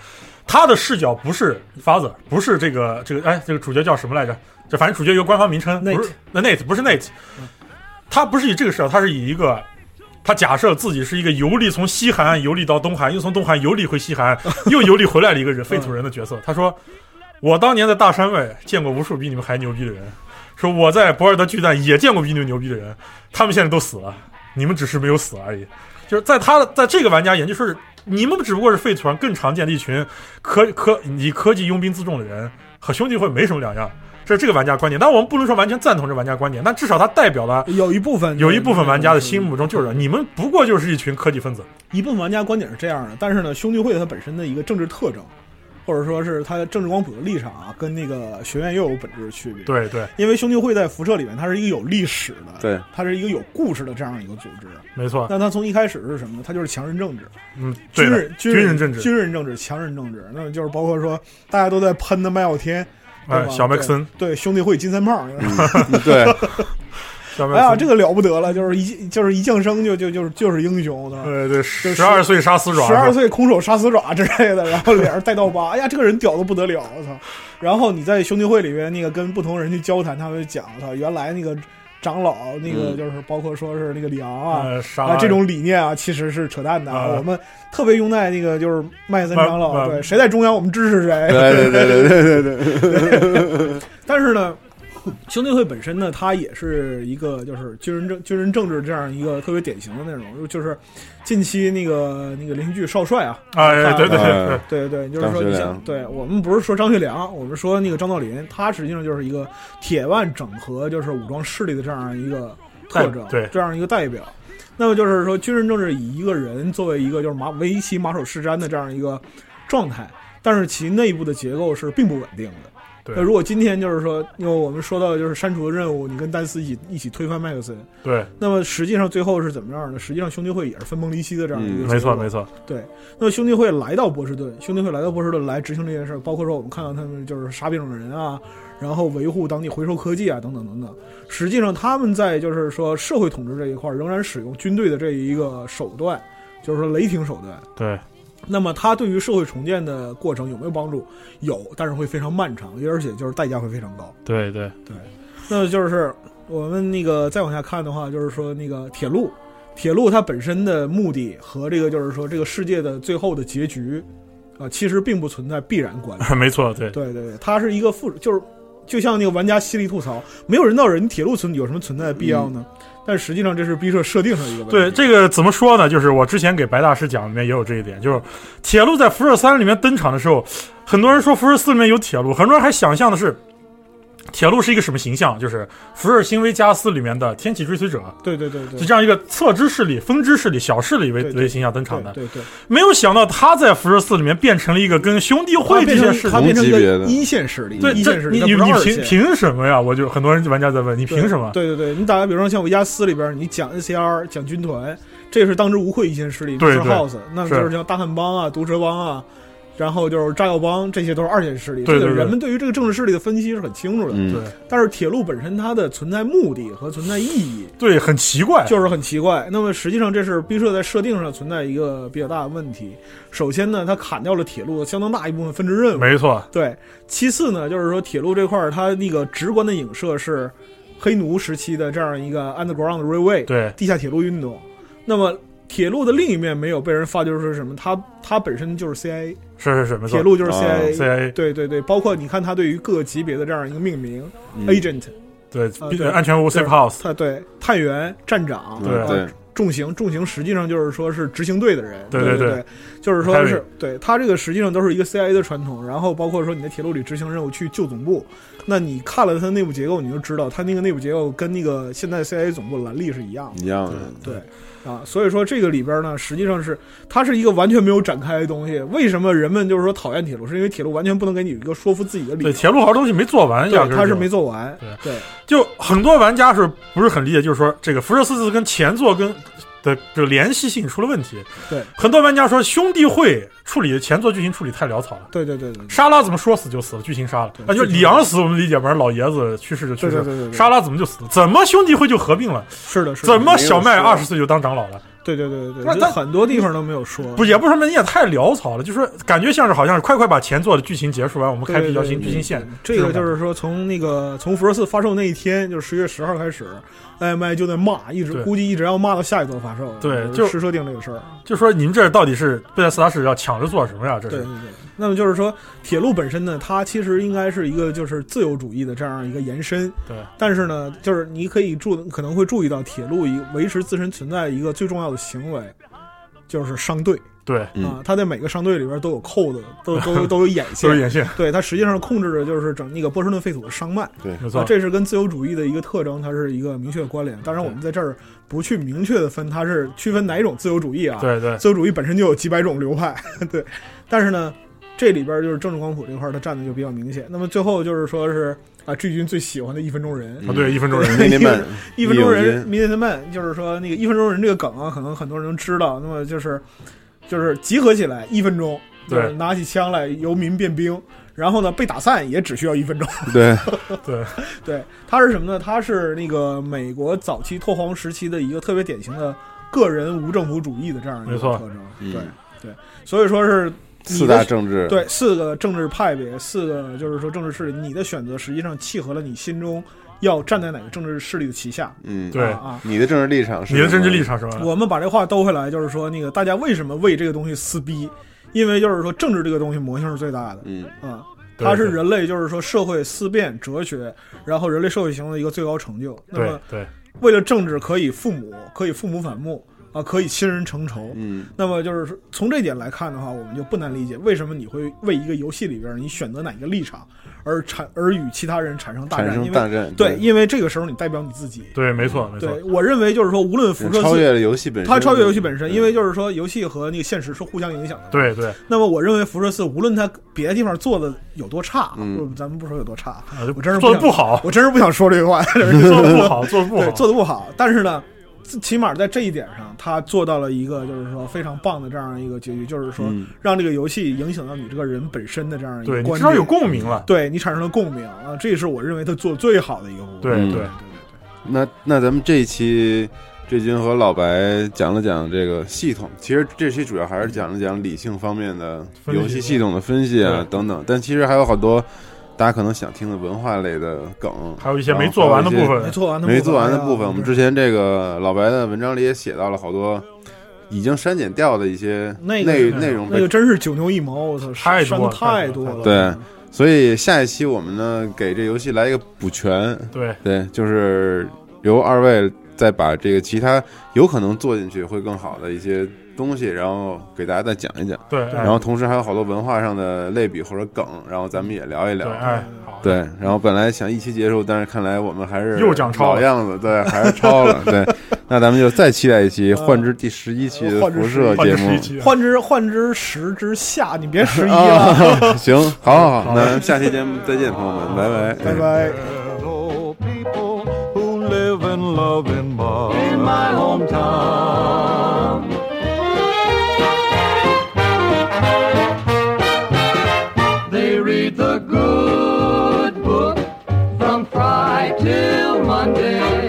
D: 他的视角不是 father，不是这个这个哎这个主角叫什么来着？这反正主角有个官方名称，不是那 Nate 不是 Nate，他不是以这个视角，他是以一个。他假设自己是一个游历从西海岸游历到东海，又从东海游历回西海岸，又游历回来的一个人，废土人的角色。他说：“我当年在大山外见过无数比你们还牛逼的人，说我在博尔德巨蛋也见过比你们牛逼的人，他们现在都死了，你们只是没有死而已。”就是在他的在这个玩家眼里，就是你们只不过是废土上更常见的一群科科以科技佣兵自重的人，和兄弟会没什么两样。这是这个玩家观点，但我们不能说完全赞同这玩家观点，但至少它代表了
J: 有一部分嗯
D: 有一部分玩家的心目中就是你们不过就是一群科技分子。
J: 一部分玩家观点是这样的，但是呢，兄弟会它本身的一个政治特征，或者说是它的政治光谱的立场啊，跟那个学院又有本质的区别。，
D: 对对，
J: 因为兄弟会在辐射里面，它是一个有历史的，
I: 对，
J: 它是一个有故事的这样一个组织。
D: 没错，
J: 那它从一开始是什么呢？它就是强人政治，
D: 嗯，对
J: 军
D: 的
J: 人
D: 军
J: 人
D: 人政治，
J: 军人政治，强人政治。那么就是包括说，大家都在喷的麦耀天，对
D: 哎
J: 吧，
D: 小麦克森，
J: 对对兄弟会金
D: [laughs]
J: 三胖，
I: 嗯对，
D: 小麦
J: 哎
D: 克
J: 呀，
D: 森，
J: 这个了不得了，就是一就是一降生就就就是就是英雄，对吧？
D: 呃对，
J: 是
D: 十二岁杀死爪，
J: 十二岁空手杀死爪之类的，然后脸上带刀疤，哎呀，这个人屌的不得了，我操！然后你在兄弟会里边那个跟不同人去交谈，他们讲，我操，原来那个长老那个
I: 嗯
J: 就是包括说是那个里昂啊。
D: 呃杀
J: 啊，这种理念啊，其实是扯淡的。啊
D: 啊
J: 我们特别拥戴那个就是麦森长
D: 麦
J: 老，
D: 麦
J: 对，谁在中央我们支持谁。
I: 对对对对对对对，
J: 但是呢，兄弟会本身呢，它也是一个就是军人政军人政治这样一个特别典型的那种，就是近期那个那个连续剧《少帅》啊，
D: 哎 [laughs] 对对对对
I: 嗯，
J: 对对，就是说
I: 张学
J: 你
I: 良
J: 想，对我们不是说张学良，我们说那个张道林，他实际上就是一个铁腕整合，就是武装势力的这样一个特征，
D: 代对
J: 这样一个代表。那么就是说，军人政治以一个人作为一个就是马为其马首是瞻的这样一个状态，但是其内部的结构是并不稳定的。
D: 对
J: 那如果今天就是说，因为我们说到就是删除的任务，你跟丹斯一起一起推翻麦克森，
D: 对，
J: 那么实际上最后是怎么样呢？实际上兄弟会也是分崩离析的这样一个、
I: 嗯
D: 没错没。错，
J: 对，那么兄弟会来到波士顿，兄弟会来到波士顿来执行这件事儿，包括说我们看到他们就是杀变种人啊，然后维护当地回收科技啊，等等等等。实际上他们在就是说社会统治这一块儿仍然使用军队的这一个手段，就是说雷霆手段。
D: 对
J: 那么它对于社会重建的过程有没有帮助？有，但是会非常漫长，而且就是代价会非常高。
D: 对对，
J: 那就是我们那个再往下看的话，就是说那个铁路，铁路它本身的目的和这个就是说这个世界的最后的结局，啊、其实并不存在必然关联。
D: [laughs] 没错
J: [laughs]
D: 对，
J: 对对对，它是一个附，就是就像那个玩家犀利吐槽，没有人造人铁路存有什么存在的必要呢？但实际上这是逼社设定上的一个问题。
D: 嗯对这个怎么说呢？就是我之前给白大师讲里面也有这一点，就是铁路在辐射三里面登场的时候，很多人说辐射四里面有铁路，很多人还想象的是铁路是一个什么形象，就是辐射新维加斯里面的天气追随者，
J: 对对对对
D: 就这样一个侧支势力、分支势力、小势力为
J: 对对
D: 为形象登场的。
J: 对对对，
D: 没有想到他在辐射四里面变成了一个跟兄弟
J: 它
D: 会这
J: 变
D: 件
J: 成
D: 事
J: 它
D: 情。
J: 变成一
I: 同级别
J: 个
I: 的
J: 一线势力，
D: 对，
J: 一
D: 这
J: 线势力，
D: 你
J: 它
D: 你
J: 不是
D: 你
J: 二
D: 凭
J: 线
D: 凭什么呀？我就很多人玩家在问你凭什么？
J: 对对对，你打个比方，像维加斯里边，你讲 NCR 讲军团，这是当之无愧一线势力，
D: 对
J: 是
D: 对
J: House，那么
D: 是
J: 就是像大汉帮啊、毒蛇帮啊，然后就是炸药帮，这些都是二线势力。
D: 对对
J: 这个
D: 对
J: 人们对于这个政治势力的分析是很清楚的。
I: 嗯，
J: 但是铁路本身它的存在目的和存在意义
D: 对，很奇怪。
J: 就是很奇怪。那么实际上，这是毕设在设定上存在一个比较大的问题。首先呢，它砍掉了铁路相当大一部分分支任务，
D: 没错，
J: 对，其次呢，就是说铁路这块儿，它那个直观的影射是黑奴时期的这样一个 underground railway，
D: 对
J: 地下铁路运动。那么铁路的另一面没有被人发掘出是什么？它它本身就是 CIA，
D: 是是是，没错。
J: 铁路就是
I: 啊
J: CIA，、
D: CIA
J: 对对对，包括你看它对于各个级别的这样一个命名、agent，
D: 嗯对
J: 啊
D: 比
J: 对
D: 安全屋 safe house，
J: 它对探员、站长，
D: 对
J: 呃
I: 嗯对，
J: 重刑，重刑实际上就是说是执行队的人，
D: 对
J: 对
D: 对对
J: 对，就是说
D: Harry
J: 是对他这个实际上都是一个 CIA 的传统，然后包括说你在铁路里执行任务去救总部，那你看了他内部结构，你就知道他那个内部结构跟那个现在 CIA 总部蓝利是一样的，
I: 一样的，
J: 对，啊，所以说这个里边呢，实际上是它是一个完全没有展开的东西。为什么人们就是说讨厌铁路，是因为铁路完全不能给你一个说服自己的理由。
D: 对，铁路好多东西没做完，压
J: 对，
D: 根儿
J: 它是
D: 就
J: 没做完。对，
D: 就很多玩家是不是很理解？就是说，这个辐射四四跟前作跟的这个联系性出了问题。
J: 对，
D: 很多玩家说兄弟会处理前作剧情处理太潦草了。
J: 对对对对
D: 沙拉怎么说死就死了？剧情杀了，啊，就里昂死我们理解，反正老爷子去世就去世
J: 对
D: 了。
J: 对对对对
D: 沙拉怎么就死了？怎么兄弟会就合并了？
J: 是的，是的
D: 怎么小麦
J: 没有说嗯
D: 二十岁就当长老了？
J: 对对对对对，
D: 那
J: 我觉得
D: 那
J: 很多地方都没有说。
D: 不，也不是什么，你也太潦草了，就是感觉像是好像是快快把前作的剧情结束完，我们开辟一条新剧情线。
J: 这个就是是说，从那个从辐射四发售那一天，就是十月十号开始，艾麦就在骂，一直
D: 对
J: 估计一直要骂到下一座发售。
D: 对
J: 就
D: 就是
J: 设定这个事儿。
D: 就说你们这到底是贝塞斯达是要抢着做什么呀？这
J: 对
D: 是
J: 对对。那么就是说，铁路本身呢，它其实应该是一个就是自由主义的这样一个延伸。
D: 对
J: 但是呢，就是你可以注可能会注意到，铁路一维持自身存在一个最重要的行为，就是商队。
D: 对，
I: 嗯
J: 啊，它在每个商队里边都有扣子，都
D: [laughs]
J: 都都有眼线，
D: 都有眼线。
J: 对，它实际上控制着就是整那个波士顿废土的商脉。
I: 对
D: 没
J: 啊
D: 错，
J: 这是跟自由主义的一个特征，它是一个明确的关联。当然，我们在这儿不去明确的分它是区分哪一种自由主义啊。，
D: 对对
J: 自由主义本身就有几百种流派， [laughs] 对。但是呢，这里边就是政治光谱这块儿，它占的就比较明显。那么最后就是说是啊，剧军最喜欢的一分钟人，
D: 啊对，一分
J: [laughs]
D: 钟人
I: 嗯那那半
J: 一分钟
I: 一
J: 人
I: 分
J: minute man，就是说那个一分钟人这个梗啊，可能很多人都知道。那么就是就是集合起来一分钟，就
D: 对
J: 是拿起枪来，由民变兵。然后呢，被打散也只需要一分钟。
I: 对，
D: 对
J: 对，它是什么呢？它是那个美国早期拓荒时期的一个特别典型的个人无政府主义的这样一个
D: 没错
J: 特征。
I: 嗯
J: 对对，所以说是你
I: 四
J: 的
I: 大政治，
J: 对，四个政治派别，四个就是说政治势力，你的选择实际上契合了你心中要站在哪个政治势力的旗下。
I: 嗯，
D: 对
J: 啊，啊，
I: 你的政治立场是
D: 你的
I: 什么
D: 政治立场是吧？
J: 我们把这话兜回来，就是说那个大家为什么为这个东西撕逼？因为就是说政治这个东西魔性是最大的
I: 嗯，
J: 啊，
D: 对
J: 它是
D: 对
J: 人类就是说社会思辨、哲学，然后人类社会行为的一个最高成就。那
D: 对
J: 么
D: 对
J: 为了政治，可以父母，可以父母反目啊，可以亲人成仇。
I: 嗯，
J: 那么就是说从这点来看的话，我们就不难理解为什么你会为一个游戏里边你选择哪一个立场而产而与其他人产生大战，
I: 产生
J: 因
I: 大
J: 为
I: 战，
J: 对，因为这个时候你代表你自己。
D: 对，没错没错，
J: 对，我认为就是说，无论辐射
I: 超
J: 四，
I: 越了游戏本身，
J: 它超越游戏本身，
I: 对
J: 因为就是说，游戏和那个现实是互相影响的。
D: 对对，
J: 那么我认为辐射四，无论它别的地方做的有多差，
I: 嗯
J: 不咱们不说有多差，
D: 啊就
J: 我真是
D: 做的
J: 不
D: 不
J: 想 [laughs]
D: 好，
J: 我真是不想说这句话， [laughs]
D: 做的不好，做的不
J: 对，
D: 好，
J: 做的不好。但是呢，自起码在这一点上，他做到了一个就是说非常棒的这样一个结局，就是说
I: 嗯
J: 让这个游戏影响到你这个人本身的这样一个
D: 对，你
J: 观
D: 至少
J: 点，
D: 有共鸣了。
J: 对你产生了共鸣啊，这也是我认为他做得最好的一个部分。
D: 对
I: 嗯
D: 对，
I: 那那咱们这一期志军和老白讲了讲这个系统，其实这期主要还是讲了讲理性方面的
D: 分析
I: 游戏系统的分析啊
D: 对
I: 等等，但其实还有好多大家可能想听的文化类的梗，
D: 还有一些
I: 然后
D: 没做完的部
I: 还有一
J: 没
D: 分，
J: 做完的部
I: 些
J: 分
I: 没做完的部分。
J: 哎呀
I: 我们之前这个老白的文章里也写到了好多已经删减掉的一些
J: 那
I: 内
J: 个是
I: 内容
J: 那
I: 被
J: 个真是九牛一毛，我操，
D: 太
J: 删
D: 多
J: 的
D: 了
J: 太
D: 太多了
J: 了。
I: 对，所以下一期我们呢给这游戏来一个补全，
D: 对
I: 对，就是由二位再把这个其他有可能做进去会更好的一些东西，然后给大家再讲一讲。
D: 对，哎
I: 然
D: 然
I: 后同时还有好多文化上的类比或者梗，然后咱们也聊
D: 对，
I: 一聊。
D: 哎，好，
I: 对，然后本来想一期结束，但是看来我们还是
D: 又长超了
I: 老样子，对，还是超
D: [laughs]
I: 了。对，那咱们就再期待一期换之第十一期的
J: 换之
I: 辐射
D: 呃换
I: 节
D: 成十
I: 目
D: 一。期哎啊，
J: 换之换之十之下，你别
I: [laughs]
J: 十一了，
I: 啊，行，好好好，那下期节目再见，朋友们，拜拜，
J: 拜拜。
B: Hello, people who live and love in my, in my hometown. They read the good book from Friday till Monday.